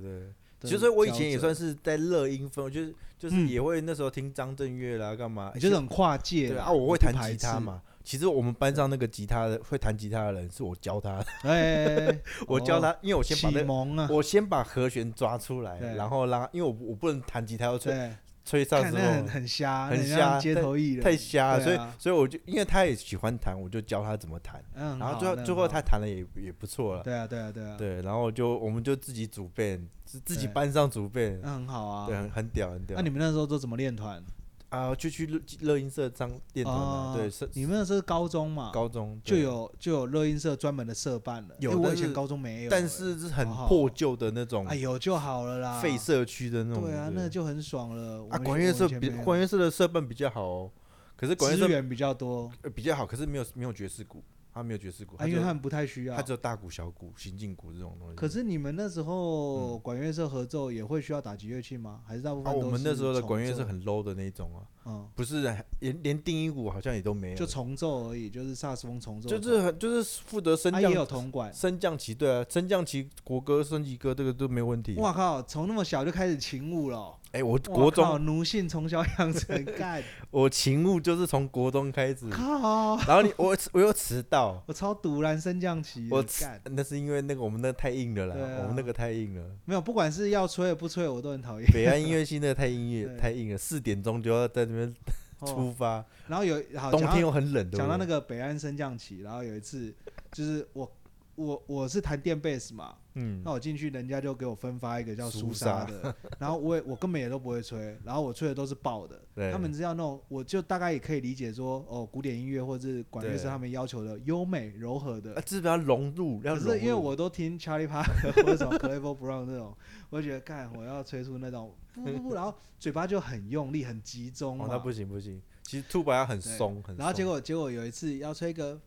Speaker 1: 对
Speaker 2: 其实我以前也算
Speaker 1: 胶
Speaker 2: 是在乐音风，就是就是
Speaker 1: 嗯
Speaker 2: 也会那时候听张震岳啦，干嘛？
Speaker 1: 嘴，你就是很跨界
Speaker 2: 对
Speaker 1: 啦
Speaker 2: 啊，我会
Speaker 1: 不
Speaker 2: 弹
Speaker 1: 排
Speaker 2: 吉他
Speaker 1: 斥。
Speaker 2: 嘛。其实我们班上那个吉他的会弹吉他的人是我教他的，
Speaker 1: 哎哎，哎哎
Speaker 2: 我教他，因为我先把
Speaker 1: 启
Speaker 2: 那个
Speaker 1: 蒙啊，
Speaker 2: 我先把和弦抓出来
Speaker 1: 对，
Speaker 2: 然后让他，因为我我不能弹吉他，要吹
Speaker 1: 对，
Speaker 2: 吹萨克
Speaker 1: 看
Speaker 2: 斯
Speaker 1: 那很
Speaker 2: 风，
Speaker 1: 很瞎，
Speaker 2: 很
Speaker 1: 那像
Speaker 2: 瞎
Speaker 1: 街
Speaker 2: 太
Speaker 1: 头艺人
Speaker 2: 太瞎了，所
Speaker 1: 对
Speaker 2: 以
Speaker 1: 啊
Speaker 2: 所以我就因为他也喜欢弹，我就教他怎么弹，
Speaker 1: 嗯，
Speaker 2: 然后
Speaker 1: 好
Speaker 2: 最后
Speaker 1: 那
Speaker 2: 最
Speaker 1: 很
Speaker 2: 后
Speaker 1: 好
Speaker 2: 他弹的也也不错了，
Speaker 1: 对啊，对啊，对啊，
Speaker 2: 对，然后就我们就自己组 band，自自己
Speaker 1: 对
Speaker 2: 班上组 band，
Speaker 1: 那很好啊
Speaker 2: 对，。很很屌，很屌。
Speaker 1: 那你们那时候都怎么练团？
Speaker 2: 啊，就去乐乐音社当电团嘛，
Speaker 1: 哦
Speaker 2: 对，是
Speaker 1: 你们那时候是高中嘛，
Speaker 2: 高中
Speaker 1: 就
Speaker 2: 对
Speaker 1: 有就有乐音社专门的社办了。
Speaker 2: 有
Speaker 1: 诶我
Speaker 2: 但
Speaker 1: 以前
Speaker 2: 是
Speaker 1: 高中没有、
Speaker 2: 但是是很
Speaker 1: 好好
Speaker 2: 破旧的那种
Speaker 1: 啊哎有就好了啦。
Speaker 2: 废社区的那种。
Speaker 1: 对啊，那就很爽了。我
Speaker 2: 啊，
Speaker 1: 们
Speaker 2: 管乐社
Speaker 1: 我以前
Speaker 2: 比
Speaker 1: 没有
Speaker 2: 管乐社的社办比较好哦，可是管乐
Speaker 1: 资
Speaker 2: 社
Speaker 1: 源比较多，
Speaker 2: 呃比较好，可是没有没有爵士鼓，他没有爵士鼓，
Speaker 1: 啊，
Speaker 2: 只
Speaker 1: 因为
Speaker 2: 有
Speaker 1: 他们不太需要
Speaker 2: 他。只有大鼓、小鼓、行进鼓这种东西。
Speaker 1: 可是你们那时候管乐社合奏也会需要打击乐器吗？还是大部
Speaker 2: 啊，
Speaker 1: 分都是
Speaker 2: 我们那时候的管乐
Speaker 1: 重
Speaker 2: 社
Speaker 1: 奏，
Speaker 2: 很 low 的那种啊，
Speaker 1: 嗯，
Speaker 2: 不是连连定音鼓好像也都没有，
Speaker 1: 就重奏而已，就是萨克斯风重奏，
Speaker 2: 就是很就是负责升
Speaker 1: 他也有
Speaker 2: 降
Speaker 1: 铜管。
Speaker 2: 升降旗，对啊，升降旗国歌、升旗歌这个都没问题。啊
Speaker 1: 哇靠！从那么小就开始勤务了哦，
Speaker 2: 哎，我
Speaker 1: 哇
Speaker 2: 国
Speaker 1: 靠
Speaker 2: 中
Speaker 1: 奴性从小养
Speaker 2: *laughs*
Speaker 1: 成，干
Speaker 2: 我勤务就是从国中开始，
Speaker 1: 靠！
Speaker 2: 然后你我我又迟到，
Speaker 1: 我超堵然升降旗的，
Speaker 2: 我吃
Speaker 1: 干
Speaker 2: 那是因为那个我们那个太硬了啦，
Speaker 1: 对啊
Speaker 2: 我们那个太硬
Speaker 1: *laughs*
Speaker 2: 了。
Speaker 1: 没有，不管是要吹不吹，我都很讨厌。
Speaker 2: 北岸音乐系那个太音
Speaker 1: 对
Speaker 2: 乐太硬了，四点钟就要在那边
Speaker 1: 哦
Speaker 2: 出发，
Speaker 1: 然后有好
Speaker 2: 冬
Speaker 1: 讲到
Speaker 2: 天又很冷，对
Speaker 1: 讲到那
Speaker 2: 个，
Speaker 1: 个北安升降旗，然后有一次就是我我我是弹电贝斯嘛，
Speaker 2: 嗯
Speaker 1: 那，我进去人家就给我分发一个叫
Speaker 2: 苏
Speaker 1: 苏
Speaker 2: 莎
Speaker 1: 莎的，然后我也我根本也都不会吹，然后我吹的都是爆的，
Speaker 2: 对
Speaker 1: 他们知道那种我就大概也可以理解说哦古典音乐或者是管乐是
Speaker 2: 对
Speaker 1: 他们要求的优美柔和
Speaker 2: 啊，
Speaker 1: 的。
Speaker 2: 这边要融入，要
Speaker 1: 可
Speaker 2: 融入
Speaker 1: 是因为我都听 Charlie Parker 或者什么 *laughs* Clevo Brown 那种，我就觉得干我要吹出那种不不不，然后嘴巴就很用力很集中
Speaker 2: 哦，
Speaker 1: 嘛，
Speaker 2: 那不行不行，其实 two 把要很
Speaker 1: 对
Speaker 2: 松，很松。
Speaker 1: 然后结果结果有一次要吹一个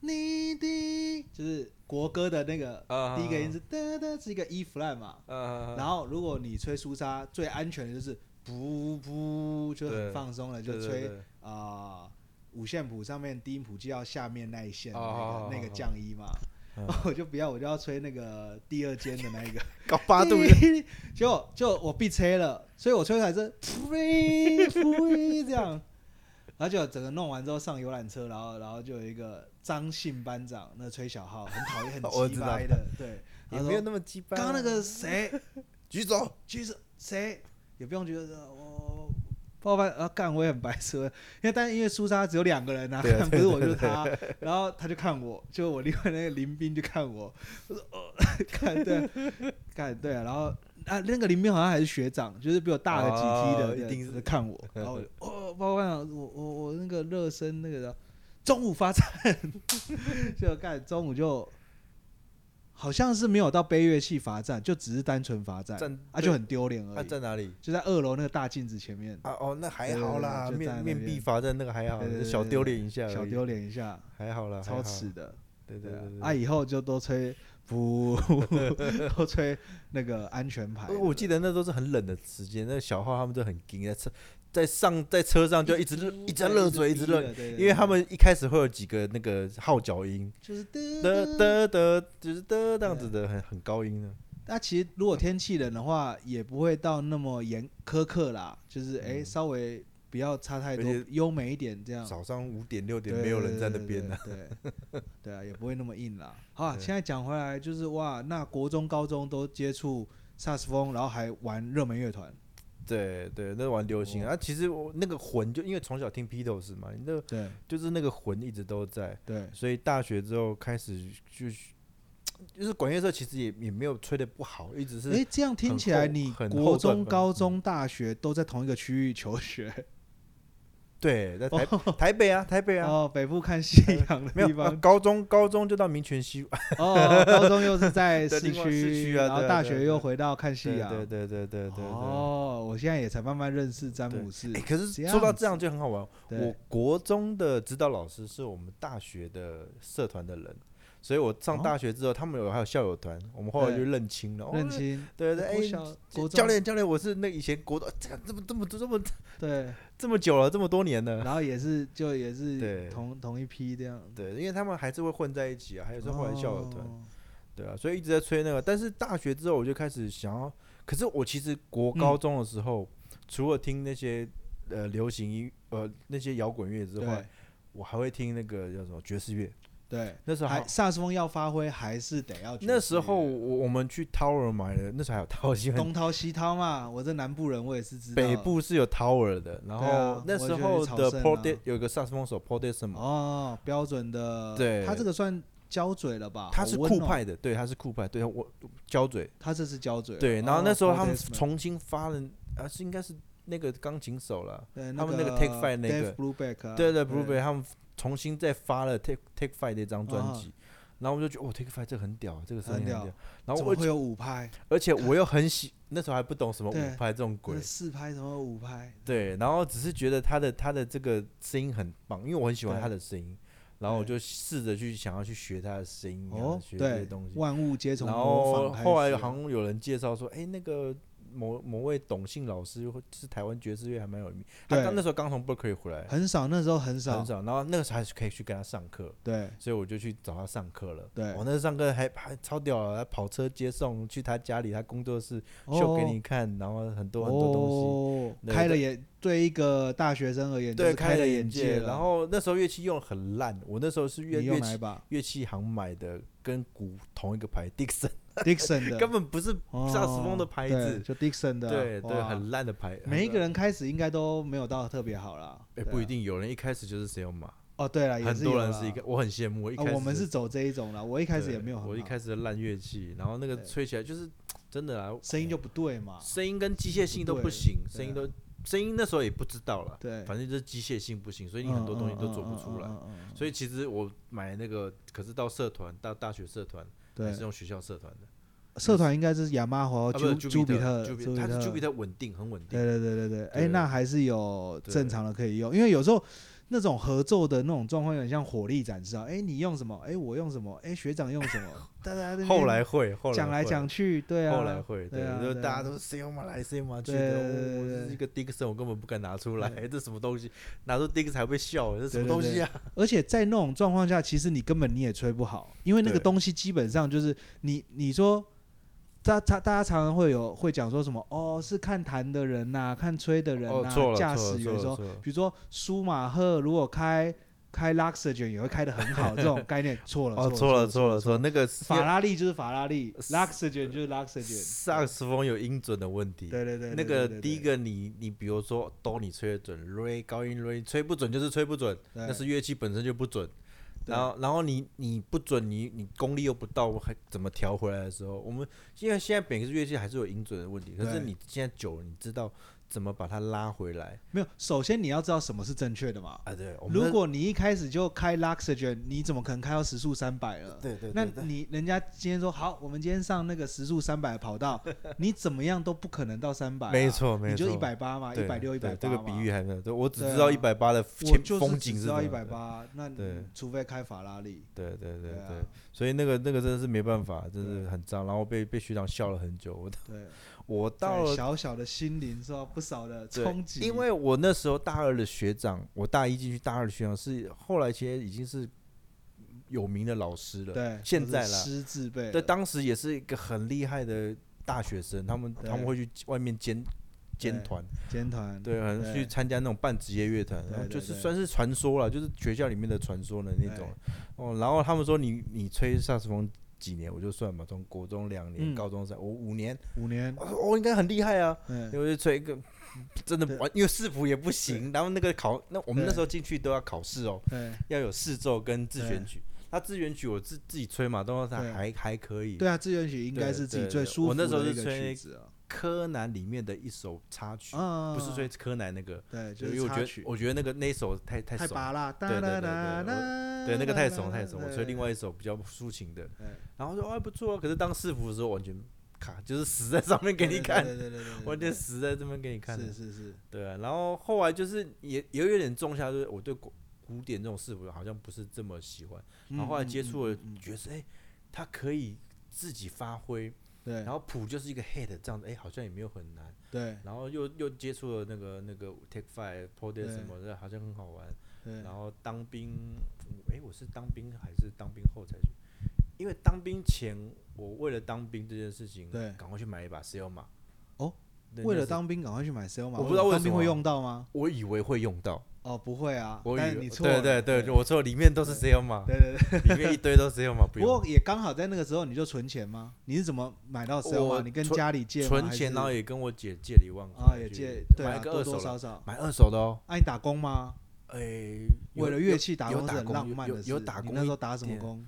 Speaker 1: 你的，就是国歌的那个
Speaker 2: 啊
Speaker 1: 第一个音是哒哒，是一个 E flat 嘛。
Speaker 2: 呃，
Speaker 1: 然后如果你吹苏莎，最安全的就是噗噗，就很
Speaker 2: 对
Speaker 1: 放松了，
Speaker 2: 对
Speaker 1: 就
Speaker 2: 对
Speaker 1: 吹
Speaker 2: 对
Speaker 1: 啊五线谱上面低音谱就要下面那一线的
Speaker 2: 哦
Speaker 1: 那个那个降一嘛
Speaker 2: 嗯。
Speaker 1: *laughs* 我就不要，我就要吹那个第二间的那一个，
Speaker 2: 搞 *laughs* 八度，
Speaker 1: 滴，结果 *laughs* 就我必吹了，所以我吹出来是飞飞这样，然后就整个弄完之后上游览车，然后然后就有一个张姓班长，那吹小号很
Speaker 2: *laughs*
Speaker 1: 讨厌，
Speaker 2: 哦我
Speaker 1: 很鸡
Speaker 2: 知道
Speaker 1: 掰的，对，
Speaker 2: 也
Speaker 1: 他
Speaker 2: 没有
Speaker 1: 说
Speaker 2: 那么鸡巴。
Speaker 1: 刚刚那个谁
Speaker 2: 举手，
Speaker 1: 其实谁也不用觉得哦我报班啊干我也很白痴，因为但是因为苏莎只有两个人啊，
Speaker 2: 对啊
Speaker 1: 看 *laughs* 不是我就是他，
Speaker 2: *laughs*
Speaker 1: 然后他就看我，就呃 *laughs* 我另外那个林斌就看我，我说哦，看对啊，看对啊，然后啊那个林斌好像还是学长，就是比我大了几梯的，
Speaker 2: 哦
Speaker 1: 对
Speaker 2: 一定是 *laughs*
Speaker 1: 看我，然后我就哦报班长，我我我那个热身那个的，中午发展， *laughs* 就干中午就。好像是没有到背乐器罚站，就只是单纯罚站，
Speaker 2: 站
Speaker 1: 啊就很丢脸而
Speaker 2: 他
Speaker 1: 已。
Speaker 2: 在哪里？
Speaker 1: 就在二楼那个大镜子前面，
Speaker 2: 啊哦，那还
Speaker 1: 对对
Speaker 2: 好
Speaker 1: 对
Speaker 2: 啦，
Speaker 1: 就站
Speaker 2: 面
Speaker 1: 在那
Speaker 2: 面
Speaker 1: 边
Speaker 2: 壁罚站那个还好
Speaker 1: 对对，对
Speaker 2: 小
Speaker 1: 对
Speaker 2: 丢脸一下，
Speaker 1: 小，丢脸一下，
Speaker 2: 还好啦，哦还
Speaker 1: 超
Speaker 2: 好
Speaker 1: 耻，的。
Speaker 2: 对对
Speaker 1: 对啊
Speaker 2: 对，
Speaker 1: 啊，
Speaker 2: 对。
Speaker 1: 以后就多吹
Speaker 2: *laughs*
Speaker 1: 不，多吹那个安全牌。
Speaker 2: 呃我记得那都是很冷的时间，那个小号他们都很惊，在车在上在车上就一直热，一直在热嘴，一直热，
Speaker 1: 对，对
Speaker 2: 因为他们一开始会有几个那个号角音，
Speaker 1: 就是
Speaker 2: 的
Speaker 1: 的的。
Speaker 2: 的的，就是的这样子的，很很高音的。
Speaker 1: 那其实如果天气冷的话，也不会到那么严苛刻啦，就是哎
Speaker 2: 嗯
Speaker 1: 稍微不要差太多
Speaker 2: 而，
Speaker 1: 优美一点这样。
Speaker 2: 早上五点六点
Speaker 1: 对
Speaker 2: 没有人在那边呢
Speaker 1: 对，对对对对啊，也不会那么硬
Speaker 2: *laughs*
Speaker 1: 啦。好啊，
Speaker 2: 对
Speaker 1: 现在讲回来就是哇，那国中、高中都接触萨克斯风，然后还玩热门乐团，
Speaker 2: 对对，那玩流行
Speaker 1: 哦
Speaker 2: 啊。其实我那个魂就因为从小听 Beatles 嘛，你那个
Speaker 1: 对
Speaker 2: 就是那个魂一直都在，
Speaker 1: 对
Speaker 2: 所以大学之后开始就就是管乐社其实也也没有吹的不好，一直是
Speaker 1: 哎、这样听起来
Speaker 2: 很后
Speaker 1: 你
Speaker 2: 很
Speaker 1: 国
Speaker 2: 后段
Speaker 1: 中、
Speaker 2: 吧
Speaker 1: 高中、大学都在同一个区域求学，
Speaker 2: 对在台台北啊台北
Speaker 1: 然
Speaker 2: 啊。
Speaker 1: 后哦北部看夕阳
Speaker 2: 没
Speaker 1: 的哦地
Speaker 2: 有，啊
Speaker 1: 方，
Speaker 2: 高中高中就到民权
Speaker 1: *laughs*
Speaker 2: 西，
Speaker 1: 哦，高中又是在
Speaker 2: 对
Speaker 1: 市
Speaker 2: 另外市
Speaker 1: 区，
Speaker 2: 区啊
Speaker 1: 然后
Speaker 2: 对啊
Speaker 1: 大
Speaker 2: 对啊
Speaker 1: 学
Speaker 2: 对
Speaker 1: 又
Speaker 2: 啊
Speaker 1: 回到看夕
Speaker 2: 对
Speaker 1: 阳。
Speaker 2: 对对对对对对。
Speaker 1: 哦，我现在也才慢慢认识詹姆士
Speaker 2: 哎，。可是
Speaker 1: 这
Speaker 2: 说到
Speaker 1: 样
Speaker 2: 这样就很好玩，
Speaker 1: 对
Speaker 2: 我国中的指导老师是我们大学的社团的人，所以我上大学之后，他们有还有校友团，我们后来就
Speaker 1: 哦对
Speaker 2: 认清了。哦
Speaker 1: 认，清，
Speaker 2: 对对，
Speaker 1: 国小
Speaker 2: 哎，
Speaker 1: 国
Speaker 2: 教
Speaker 1: 中
Speaker 2: 练教练，我是那以前国这个这么这么这么
Speaker 1: 对，
Speaker 2: 这么久了，这么多年 *laughs* 了。
Speaker 1: 然后也是就也是
Speaker 2: 对
Speaker 1: 同同一批这样。
Speaker 2: 对，因为他们还是会混在一起啊，还有是后来校友团，
Speaker 1: 哦
Speaker 2: 对啊，所以一直在吹那个。但是大学之后，我就开始想要，可是我其实国
Speaker 1: 嗯
Speaker 2: 高中的时候，除了听那些呃流行音呃那些摇滚乐之外
Speaker 1: 对，
Speaker 2: 我还会听那个叫什么爵士乐。
Speaker 1: 对，
Speaker 2: 那时候还
Speaker 1: 还萨克斯风要发挥还是得要爵士乐。
Speaker 2: 那时候我我们去 Tower 买的，那时候还有 Tower，因为
Speaker 1: 东掏西掏嘛，我这南部人我也是知道。
Speaker 2: 北部是有 Tower 的。然
Speaker 1: 对啊
Speaker 2: 后那时
Speaker 1: 我
Speaker 2: 候
Speaker 1: 也觉
Speaker 2: 的
Speaker 1: 得
Speaker 2: p r o
Speaker 1: 草圣啊
Speaker 2: d e 有一个萨克斯风手 p r o d e s m
Speaker 1: 哦，标准的，
Speaker 2: 对
Speaker 1: 他这个算胶嘴了吧？
Speaker 2: 他是
Speaker 1: 好温
Speaker 2: 酷
Speaker 1: 哦，
Speaker 2: 派的，对，他是酷派，对我交嘴，
Speaker 1: 他这是胶嘴了。
Speaker 2: 对。然后那时候他们
Speaker 1: 哦
Speaker 2: 重新发了，啊，是应该是那个钢琴手了，
Speaker 1: 对，
Speaker 2: 他们那个 Take Five 那个
Speaker 1: Dave Brubeck，啊
Speaker 2: 对对 b l u e b e r r y 他们重新再发了 Take Take Five 那张专
Speaker 1: 啊
Speaker 2: 辑，然后我就觉得哦 Take Five 这个很屌，这个声音
Speaker 1: 很
Speaker 2: 很
Speaker 1: 屌
Speaker 2: 屌。然后
Speaker 1: 怎
Speaker 2: 我
Speaker 1: 么会有五拍？
Speaker 2: 而且我又很喜，那时候还不懂什么
Speaker 1: 对
Speaker 2: 五拍这种鬼
Speaker 1: 那，四拍什么五拍？
Speaker 2: 对，然后只是觉得他的他的这个声音很棒，因为我很喜欢他的声音，然后我就试着去想要去学他的声音啊，
Speaker 1: 哦，
Speaker 2: 学这些
Speaker 1: 对
Speaker 2: 东，西。
Speaker 1: 万物皆从
Speaker 2: 然
Speaker 1: 模
Speaker 2: 后
Speaker 1: 仿开始。
Speaker 2: 后来好像有人介绍说，哎，那个某某位董姓老师或是台湾爵士乐还蛮有名，他
Speaker 1: 对
Speaker 2: 刚那时候刚从 Berkeley 回来，
Speaker 1: 很少，那时候很
Speaker 2: 很
Speaker 1: 少，
Speaker 2: 少，然后那个时候还是可以去跟他上课，
Speaker 1: 对，
Speaker 2: 所以我就去找他上课了。
Speaker 1: 对
Speaker 2: 我那时候上课还还超屌了，还跑车接送去他家里，他工作室秀给你看，然后很多很多东西。
Speaker 1: 哦
Speaker 2: 对
Speaker 1: 开了
Speaker 2: 对
Speaker 1: 眼，对一个大学生而言，就
Speaker 2: 对，
Speaker 1: 是开
Speaker 2: 了
Speaker 1: 眼
Speaker 2: 界。
Speaker 1: 了
Speaker 2: 然后那时候乐器用得很烂，我那时候是乐
Speaker 1: 你
Speaker 2: 乐
Speaker 1: 用哪一
Speaker 2: 器
Speaker 1: 把
Speaker 2: 乐器行买的，跟鼓同一个牌，Dixon，
Speaker 1: ？Dixon 的，
Speaker 2: 根本不是萨克斯风的
Speaker 1: 哦
Speaker 2: 牌
Speaker 1: 对
Speaker 2: 子
Speaker 1: 就 Dixon 的啊，
Speaker 2: 对对，
Speaker 1: 哇
Speaker 2: 很烂的牌。
Speaker 1: 每一个
Speaker 2: 很烂，
Speaker 1: 人开始应该都没有到特别好啦，
Speaker 2: 哎，
Speaker 1: 对
Speaker 2: 不
Speaker 1: 啊
Speaker 2: 一。定，有人一开始就是 s e l m a
Speaker 1: 哦，对了，也
Speaker 2: 很多人
Speaker 1: 有
Speaker 2: 是一
Speaker 1: 啦
Speaker 2: 个，我很羡慕。我一
Speaker 1: 啊
Speaker 2: 开始
Speaker 1: 我们是走这一种啦，我一开始
Speaker 2: 对
Speaker 1: 也没有很好，
Speaker 2: 我一开始的烂乐器，然后那个
Speaker 1: 对
Speaker 2: 吹起来就是真的啊，
Speaker 1: 声音就不对嘛，
Speaker 2: 声音跟机械性都
Speaker 1: 不
Speaker 2: 不
Speaker 1: 对
Speaker 2: 行，
Speaker 1: 对
Speaker 2: 声音
Speaker 1: 啊
Speaker 2: 都声音那时候也不知道了，
Speaker 1: 对，嗯
Speaker 2: 反正就是机械性不行，所以你很多东西都做不出来。
Speaker 1: 来
Speaker 2: 所以其实我买那个，可是到社团到大学社团还
Speaker 1: 对
Speaker 2: 是，用学校社团的，
Speaker 1: 社团应该是雅马哈、
Speaker 2: 啊不是
Speaker 1: 朱比特、
Speaker 2: Jupiter，
Speaker 1: 比
Speaker 2: 它是
Speaker 1: 特
Speaker 2: Jupiter 稳定，很稳
Speaker 1: 对
Speaker 2: 定。
Speaker 1: 对对对对，哎、
Speaker 2: 对
Speaker 1: 那还是有
Speaker 2: 对
Speaker 1: 正常的可以用，因为有时候那种合奏的那种状况有点像火力展示啊，哎、你用什么？哎、我用什么？哎、学长用什么？
Speaker 2: *laughs*
Speaker 1: 大家在那边
Speaker 2: 后来会，后来
Speaker 1: 讲来
Speaker 2: 会
Speaker 1: 讲去，对啊，
Speaker 2: 后来会，
Speaker 1: 对啊
Speaker 2: 就
Speaker 1: 对啊
Speaker 2: 大家都是 C O 嘛来 C O 嘛去
Speaker 1: 对
Speaker 2: 的，
Speaker 1: 对对
Speaker 2: 我
Speaker 1: 对
Speaker 2: 这
Speaker 1: 对
Speaker 2: 是一个 Dixon，我根本不敢拿出来，这什么东西？拿出 Dixon 还被笑，这什么
Speaker 1: 对对
Speaker 2: 东西啊？
Speaker 1: 而且在那种状况下，其实你根本你也吹不好，因为那个
Speaker 2: 对
Speaker 1: 东西基本上就是你你说。大他大家常常会有会讲说什么哦，是看弹的人呐、看吹的人
Speaker 2: 哦
Speaker 1: 呐、，
Speaker 2: 错了，
Speaker 1: 驾
Speaker 2: 错
Speaker 1: 驶
Speaker 2: 了
Speaker 1: 员
Speaker 2: 错
Speaker 1: 说
Speaker 2: 了，错了
Speaker 1: 比如说舒马赫如果开开 l u x u r g e n 也会开得很
Speaker 2: *laughs*
Speaker 1: 好，这种概念错了
Speaker 2: 哦，
Speaker 1: 错
Speaker 2: 错了，
Speaker 1: 错
Speaker 2: 错了，错了，那个
Speaker 1: 法拉利就是法拉利 l
Speaker 2: 是
Speaker 1: u x u r g e n 就是 l u x u r g e n
Speaker 2: 萨克斯风有音准的问题，
Speaker 1: 对对对，
Speaker 2: 那
Speaker 1: 对
Speaker 2: 个
Speaker 1: 对对
Speaker 2: 第一个你你比如说哆你吹得准，瑞高音瑞吹不准就是吹不准，
Speaker 1: 对
Speaker 2: 那是乐器本身就不准。
Speaker 1: 对
Speaker 2: 然后然后你你不准你你功力又不到，还怎么调回来的时候，我们因为现在每个乐器还是有音准的问题，可是
Speaker 1: 对
Speaker 2: 你现在久了，你知道怎么把它拉回来
Speaker 1: 没有，首先你要知道什么是正确的嘛。
Speaker 2: 啊？对，我们
Speaker 1: 如果你一开始就开 l u x u r g e n 你怎么可能开到时速三百了？
Speaker 2: 对对
Speaker 1: 那
Speaker 2: 对对
Speaker 1: 你人家今天说好，我们今天上那个时速三百跑道，你怎么样都不可能到三百、啊
Speaker 2: 没，错没错，
Speaker 1: 你就一百八嘛，
Speaker 2: 对
Speaker 1: 一百六、一百
Speaker 2: 对
Speaker 1: 八。
Speaker 2: 这个比喻还没有，对我只
Speaker 1: 对
Speaker 2: 知道
Speaker 1: 啊
Speaker 2: 一百八的
Speaker 1: 我
Speaker 2: 前
Speaker 1: 就是
Speaker 2: 风
Speaker 1: 只
Speaker 2: 景
Speaker 1: 知
Speaker 2: 是
Speaker 1: 道
Speaker 2: 怎
Speaker 1: 一
Speaker 2: 么
Speaker 1: 百
Speaker 2: 样的，
Speaker 1: 八，那你
Speaker 2: 对
Speaker 1: 除非开法拉利，
Speaker 2: 对对对
Speaker 1: 对啊
Speaker 2: 对，所以那个那个真的是没办法，真
Speaker 1: 对
Speaker 2: 是很脏，然后被被学长笑了很久。我
Speaker 1: 对，
Speaker 2: 我到
Speaker 1: 在
Speaker 2: 了
Speaker 1: 小小的心灵受到不少的
Speaker 2: 对
Speaker 1: 冲击，
Speaker 2: 因为我那时候大二的学长，我大一进去，大二的学长是后来其实已经是有名的老师了，
Speaker 1: 对
Speaker 2: 现在
Speaker 1: 了
Speaker 2: 啦，
Speaker 1: 师字辈了，
Speaker 2: 对，当时也是一个很厉害的大学生，他们
Speaker 1: 对
Speaker 2: 他们会去外面兼兼
Speaker 1: 对
Speaker 2: 团，
Speaker 1: 尖团，
Speaker 2: 对，很
Speaker 1: 对
Speaker 2: 去参加那种半职业乐团，
Speaker 1: 对
Speaker 2: 然后
Speaker 1: 对
Speaker 2: 就是
Speaker 1: 对
Speaker 2: 算是传说了，就是学校里面的传说的那种。哦，然后他们说你你吹萨克斯风几年，我就算嘛，从国中两年，
Speaker 1: 嗯
Speaker 2: 高中三，我五年，
Speaker 1: 五年，
Speaker 2: 我说我、应该很厉害啊。
Speaker 1: 嗯，
Speaker 2: 我就吹一个，真的
Speaker 1: 对
Speaker 2: 完，因为视谱也不行，然后那个考，那我们那
Speaker 1: 对
Speaker 2: 时候进去都要考试哦，
Speaker 1: 对，
Speaker 2: 要有试奏跟自选
Speaker 1: 对
Speaker 2: 曲。那自选曲我自自己吹嘛，都
Speaker 1: 对
Speaker 2: 还还还可以。
Speaker 1: 对啊，志愿曲应该
Speaker 2: 对
Speaker 1: 是自己
Speaker 2: 对
Speaker 1: 最
Speaker 2: 对
Speaker 1: 舒服
Speaker 2: 我那时候
Speaker 1: 的
Speaker 2: 是
Speaker 1: 一个
Speaker 2: 吹
Speaker 1: 曲子啊
Speaker 2: 柯南里面的一首插曲，
Speaker 1: 啊，
Speaker 2: 不是吹柯南那个，
Speaker 1: 对，就
Speaker 2: 因为
Speaker 1: 是
Speaker 2: 我
Speaker 1: 插
Speaker 2: 觉得
Speaker 1: 曲，
Speaker 2: 我觉得那个那一首太太
Speaker 1: 太
Speaker 2: 怂，
Speaker 1: 拔啦，哒
Speaker 2: 对
Speaker 1: 哒
Speaker 2: 对对
Speaker 1: 哒
Speaker 2: 对
Speaker 1: 哒，
Speaker 2: 对，那个太怂
Speaker 1: 哒
Speaker 2: 太怂，我
Speaker 1: 哒
Speaker 2: 吹另外
Speaker 1: 对
Speaker 2: 一首比较抒情的。
Speaker 1: 对
Speaker 2: 然后说哦还不错啊，可是当四服的时候完全卡，就是死在上面给你
Speaker 1: 对对
Speaker 2: 看，
Speaker 1: 对对对对，对
Speaker 2: 完全死在这边给你看的。
Speaker 1: 是是是，
Speaker 2: 对啊，然后后来就是也也有点种下，就是我对古古典这种四服好像不是这么喜欢。然后后来
Speaker 1: 嗯
Speaker 2: 接
Speaker 1: 嗯
Speaker 2: 触
Speaker 1: 嗯
Speaker 2: 了
Speaker 1: 嗯嗯，
Speaker 2: 觉得哎、它可以自己发挥，
Speaker 1: 对
Speaker 2: 然后谱就是一个 head 这样子，哎、好像也没有很难。
Speaker 1: 对
Speaker 2: 然后又又接触了那个那个 Take Five、p o d e
Speaker 1: 对
Speaker 2: 什么的，好像很好玩。
Speaker 1: 对
Speaker 2: 然后当兵，哎、我是当兵还是当兵后才去？因为当兵前，我为了当兵这件事情，
Speaker 1: 对
Speaker 2: 赶快去买一把 C L 码。
Speaker 1: 哦
Speaker 2: 对，
Speaker 1: 为
Speaker 2: 那
Speaker 1: 了
Speaker 2: 时，
Speaker 1: 当兵赶快去买 C O 嘛，
Speaker 2: 我不知道为
Speaker 1: 当
Speaker 2: 什
Speaker 1: 兵
Speaker 2: 么
Speaker 1: 会
Speaker 2: 啊
Speaker 1: 用到吗？
Speaker 2: 我以为会用到，
Speaker 1: 哦，不会啊，
Speaker 2: 我
Speaker 1: 但
Speaker 2: 以
Speaker 1: 是
Speaker 2: 为
Speaker 1: 你错了，
Speaker 2: 对对
Speaker 1: 对
Speaker 2: 对，我错，里面都是 C L 码，
Speaker 1: 对对对。
Speaker 2: 里面一堆都是 C L 码，不
Speaker 1: 不
Speaker 2: 用
Speaker 1: 过也刚好在那个时候你就存钱吗？你是怎么买到 C O
Speaker 2: 我
Speaker 1: 嘛？你跟
Speaker 2: 存
Speaker 1: 家里借吗
Speaker 2: 存
Speaker 1: 还
Speaker 2: 钱，
Speaker 1: 是
Speaker 2: 然后也跟我姐借了一万块
Speaker 1: 啊
Speaker 2: 去，
Speaker 1: 也借，对
Speaker 2: 买
Speaker 1: 啊，
Speaker 2: 一个
Speaker 1: 多
Speaker 2: 二手
Speaker 1: 多
Speaker 2: 了，
Speaker 1: 少少。
Speaker 2: 买二手的哦，
Speaker 1: 啊，你打工吗？
Speaker 2: 哎，有
Speaker 1: 为了乐器打
Speaker 2: 有
Speaker 1: 工是
Speaker 2: 打
Speaker 1: 很
Speaker 2: 工
Speaker 1: 浪
Speaker 2: 有
Speaker 1: 漫
Speaker 2: 有
Speaker 1: 的事。
Speaker 2: 有打
Speaker 1: 你
Speaker 2: 工
Speaker 1: 那时
Speaker 2: 一
Speaker 1: 候打什么
Speaker 2: 点
Speaker 1: 工？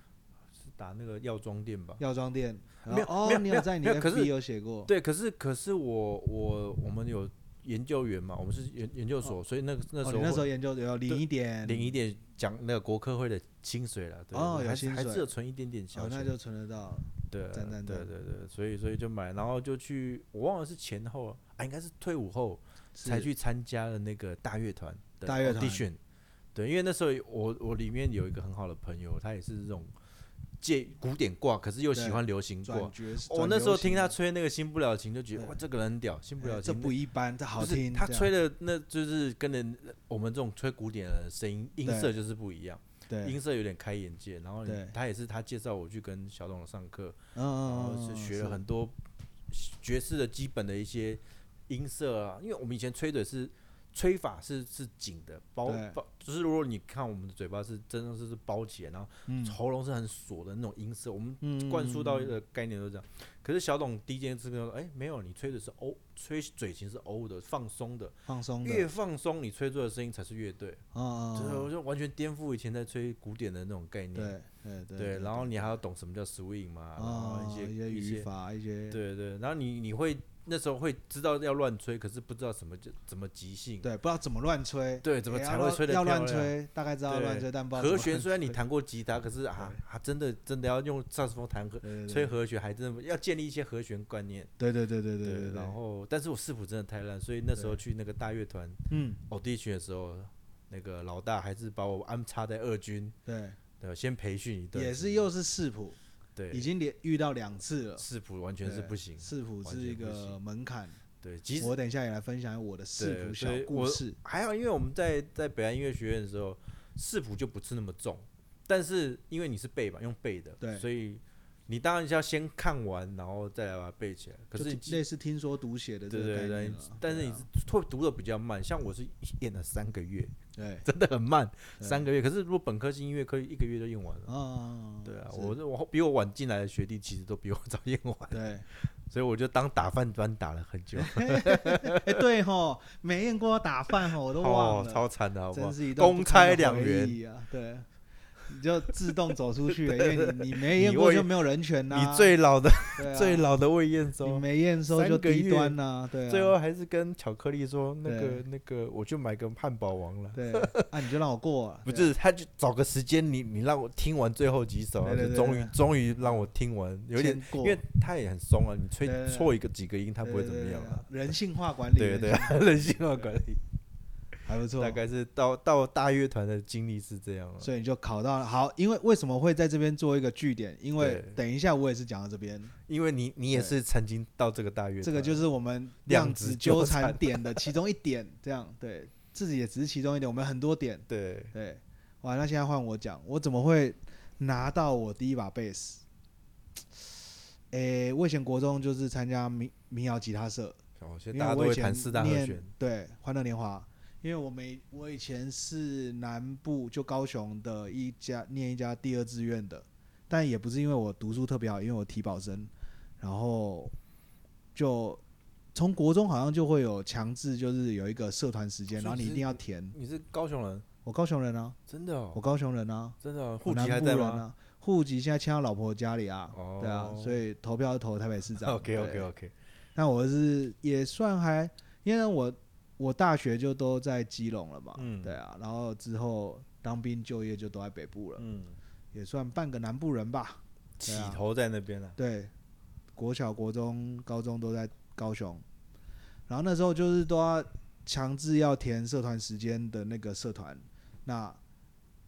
Speaker 2: 是打那个药妆店吧。
Speaker 1: 药妆店。
Speaker 2: 没有
Speaker 1: 哦，
Speaker 2: 没有
Speaker 1: 你
Speaker 2: 没有
Speaker 1: 在你
Speaker 2: 没有可
Speaker 1: FB
Speaker 2: 是
Speaker 1: 有写过。
Speaker 2: 对，可是可是我我我们有研究员嘛，我们是研研究所，所以那个那
Speaker 1: 哦，
Speaker 2: 时
Speaker 1: 你
Speaker 2: 候
Speaker 1: 那时候
Speaker 2: 会
Speaker 1: 研究有领一点，哦
Speaker 2: 领一点讲那个国科会的薪水了，对，
Speaker 1: 哦有
Speaker 2: 还是
Speaker 1: 薪
Speaker 2: 还是
Speaker 1: 水
Speaker 2: 有存一点点小
Speaker 1: 哦，那
Speaker 2: 钱，
Speaker 1: 就存得到了。
Speaker 2: 对啊
Speaker 1: 赞赞
Speaker 2: 对
Speaker 1: 赞
Speaker 2: 对对，所以所以就买，然后就去，我忘了是前后啊，啊应该是退伍后
Speaker 1: 是
Speaker 2: 才去参加了那个大乐团的
Speaker 1: 大乐团
Speaker 2: audition，对，因为那时候我我里面有一个很好的朋友，他也是这种介古典挂，可是又喜
Speaker 1: 对
Speaker 2: 欢流行
Speaker 1: 转
Speaker 2: 挂。
Speaker 1: 角
Speaker 2: 我
Speaker 1: 转
Speaker 2: 那时候
Speaker 1: 流行
Speaker 2: 听他
Speaker 1: 的
Speaker 2: 吹那个《新不了情》，就觉得
Speaker 1: 对
Speaker 2: 哇，这个人很屌，《新不了
Speaker 1: 哎
Speaker 2: 情
Speaker 1: 这》
Speaker 2: 那
Speaker 1: 不一般，这好
Speaker 2: 就是
Speaker 1: 听。
Speaker 2: 他
Speaker 1: 这样
Speaker 2: 吹的那就是跟人我们这种吹古典的声音音色就是不一样，
Speaker 1: 对，
Speaker 2: 音色有点开眼界。然后你
Speaker 1: 对
Speaker 2: 他也是他介绍我去跟小董上课，
Speaker 1: 嗯嗯
Speaker 2: 然
Speaker 1: 嗯
Speaker 2: 后
Speaker 1: 嗯，
Speaker 2: 是学了很多爵士的基本的一些音色啊。因为我们以前吹的是吹法是是紧的，包
Speaker 1: 对
Speaker 2: 包就是如果你看我们的嘴巴是真的是是包起来，然后
Speaker 1: 嗯
Speaker 2: 喉咙是很锁的那种音色，我们
Speaker 1: 嗯
Speaker 2: 灌输到的概念都是这样。可是小董第一件事跟我说：“哎、没有，你吹的是欧，吹嘴型是欧的，放松的，
Speaker 1: 放松的，
Speaker 2: 越放松，你吹出的声音才是乐队。
Speaker 1: 嗯
Speaker 2: 就是我
Speaker 1: 嗯，
Speaker 2: 就完全颠覆以前在吹古典的那种概念。
Speaker 1: 对对对
Speaker 2: 对然后你还要懂什么叫 swing 嘛，然
Speaker 1: 啊
Speaker 2: 后一些、
Speaker 1: 一些
Speaker 2: 一
Speaker 1: 语
Speaker 2: 些，
Speaker 1: 法一些
Speaker 2: 对对，然后你你会那时候会知道要乱吹，可是不知道什么就怎么即兴，
Speaker 1: 对，不知道怎么乱吹，
Speaker 2: 对，怎么
Speaker 1: 哎
Speaker 2: 才
Speaker 1: 要
Speaker 2: 会
Speaker 1: 乱
Speaker 2: 吹的
Speaker 1: 要乱吹，大概知道要乱
Speaker 2: 对
Speaker 1: 吹，但不知道
Speaker 2: 和
Speaker 1: 怎么
Speaker 2: 弦
Speaker 1: 乱
Speaker 2: 虽然你
Speaker 1: 吹
Speaker 2: 弹过吉他，可是啊，啊真的真的要用萨克斯风弹和
Speaker 1: 对对
Speaker 2: 吹和弦，还真的要建立一些和弦观念。
Speaker 1: 对对对对对对，对
Speaker 2: 然后，但是我视谱真的太烂，所以那时候去那个大乐团
Speaker 1: 嗯
Speaker 2: audition 的时候，那个老大还是把我安插在二军，
Speaker 1: 对，
Speaker 2: 对，先培训一段。
Speaker 1: 也是又是视谱，已
Speaker 2: 对，
Speaker 1: 经连遇到两次了，
Speaker 2: 视谱完全是
Speaker 1: 对
Speaker 2: 不行。
Speaker 1: 视谱
Speaker 2: 完
Speaker 1: 是一
Speaker 2: 全不
Speaker 1: 个
Speaker 2: 行
Speaker 1: 门槛。
Speaker 2: 对，即使
Speaker 1: 我等一下也来分享我的视
Speaker 2: 对
Speaker 1: 谱小
Speaker 2: 所以
Speaker 1: 故
Speaker 2: 我
Speaker 1: 事。
Speaker 2: 还好，因为我们在在北岸音乐学院的时候，视谱就不是那么重，但是因为你是背嘛，用背的，
Speaker 1: 对
Speaker 2: 所以你当然是要先看完，然后再来把它背起来。可
Speaker 1: 就是
Speaker 2: 你
Speaker 1: 类似听说读写的这
Speaker 2: 对
Speaker 1: 个概
Speaker 2: 对对
Speaker 1: 念
Speaker 2: 你
Speaker 1: 了
Speaker 2: 但是
Speaker 1: 对
Speaker 2: 你
Speaker 1: 啊
Speaker 2: 是会读的比较慢，像我是练了三个月， *laughs*
Speaker 1: 对
Speaker 2: 真的很慢，
Speaker 1: 对
Speaker 2: 三个月。可是如果本科系音乐科一个月就用完了。
Speaker 1: 啊，
Speaker 2: 对啊，
Speaker 1: 是
Speaker 2: 我这我比我晚进来的学弟其实都比我早用
Speaker 1: *laughs*
Speaker 2: 完，
Speaker 1: 对，
Speaker 2: 所以我就当打饭班打了很久，
Speaker 1: 哎对吼，美燕给我打饭吼， *laughs* 我都忘
Speaker 2: 哦，
Speaker 1: 了，
Speaker 2: 超惨的好不好
Speaker 1: 真？是一段
Speaker 2: 公
Speaker 1: 不堪
Speaker 2: 差
Speaker 1: 的
Speaker 2: 两
Speaker 1: 回
Speaker 2: 元，
Speaker 1: 忆啊，对。你就自动走出
Speaker 2: *laughs*
Speaker 1: 去了，因为你你没验
Speaker 2: 你
Speaker 1: 过
Speaker 2: 会
Speaker 1: 就没有人权呐、
Speaker 2: 你最老的
Speaker 1: 对啊
Speaker 2: 最老的魏燕
Speaker 1: 你
Speaker 2: 洲，
Speaker 1: 没验收
Speaker 2: 三
Speaker 1: 就
Speaker 2: 个
Speaker 1: 低
Speaker 2: 月
Speaker 1: 端呐、对啊、
Speaker 2: 最后还是跟巧克力说那
Speaker 1: 对
Speaker 2: 个那个，我就买个汉堡王了。
Speaker 1: 对啊，你就让我过啊，
Speaker 2: *laughs* 不
Speaker 1: 对
Speaker 2: 是，他就找个时间，你你让我听完最后几首啊，
Speaker 1: 对
Speaker 2: 就
Speaker 1: 对对
Speaker 2: 终于
Speaker 1: 对
Speaker 2: 终于让我听完，有点，
Speaker 1: 先过
Speaker 2: 因为他也很松啊，你吹
Speaker 1: 对对对
Speaker 2: 错一个几个音，他不会
Speaker 1: 对
Speaker 2: 怎
Speaker 1: 对
Speaker 2: 么
Speaker 1: 对
Speaker 2: 样
Speaker 1: 对
Speaker 2: 啊。
Speaker 1: 人性化管理，
Speaker 2: 对对 *laughs*
Speaker 1: 人性，
Speaker 2: 人性化管理，
Speaker 1: 还不错，
Speaker 2: 大概是到到大乐团的经历是这样啊了。
Speaker 1: 所以你就考到了好，因为为什么会在这边做一个据点？因为
Speaker 2: 对
Speaker 1: 等一下我也是讲到这边，
Speaker 2: 因为你你也
Speaker 1: 对
Speaker 2: 是曾经到这个大乐团，
Speaker 1: 这个就是我们
Speaker 2: 量
Speaker 1: 量
Speaker 2: 子
Speaker 1: 子
Speaker 2: 纠
Speaker 1: 纠缠
Speaker 2: 缠
Speaker 1: 点的其中一点，这样对，自己也只是其中一点，我们有很多点，
Speaker 2: 对
Speaker 1: 对，哇，那现在换我讲，我怎么会拿到我第一把贝斯？诶，我以前国中就是参加民民谣吉他社，
Speaker 2: 哦，现
Speaker 1: 因
Speaker 2: 在大
Speaker 1: 为
Speaker 2: 家都
Speaker 1: 我以
Speaker 2: 会
Speaker 1: 前
Speaker 2: 弹四大和
Speaker 1: 念
Speaker 2: 弦，
Speaker 1: 对，《欢乐年华》，因为我没我以前是南部就高雄的一家念一家第二志愿的，但也不是因为我读书特别好，因为我体保生，然后就从国中好像就会有强制，就是有一个社团时间，
Speaker 2: 哦所
Speaker 1: 然
Speaker 2: 以
Speaker 1: 后你
Speaker 2: 你
Speaker 1: 一
Speaker 2: 是
Speaker 1: 定要填。
Speaker 2: 你是高雄人，
Speaker 1: 我高雄人啊，
Speaker 2: 真的
Speaker 1: 我
Speaker 2: 哦，
Speaker 1: 高雄人啊，
Speaker 2: 真的哦，
Speaker 1: 我
Speaker 2: 户籍
Speaker 1: 南
Speaker 2: 还
Speaker 1: 部
Speaker 2: 在
Speaker 1: 人
Speaker 2: 吗？
Speaker 1: 啊，户籍现在迁到老婆家里啊，
Speaker 2: 哦
Speaker 1: 对啊，所以投票是投台北市长。
Speaker 2: OK OK
Speaker 1: 对
Speaker 2: OK，
Speaker 1: 那我是也算还，因为我我大学就都在基隆了嘛，
Speaker 2: 嗯
Speaker 1: 对啊，然后之后当兵就业就都在北部了，
Speaker 2: 嗯，
Speaker 1: 也算半个南部人吧。
Speaker 2: 起
Speaker 1: 对啊
Speaker 2: 头在那边了。
Speaker 1: 对，国小、国中、高中都在高雄，然后那时候就是都要强制要填社团时间的那个社团。那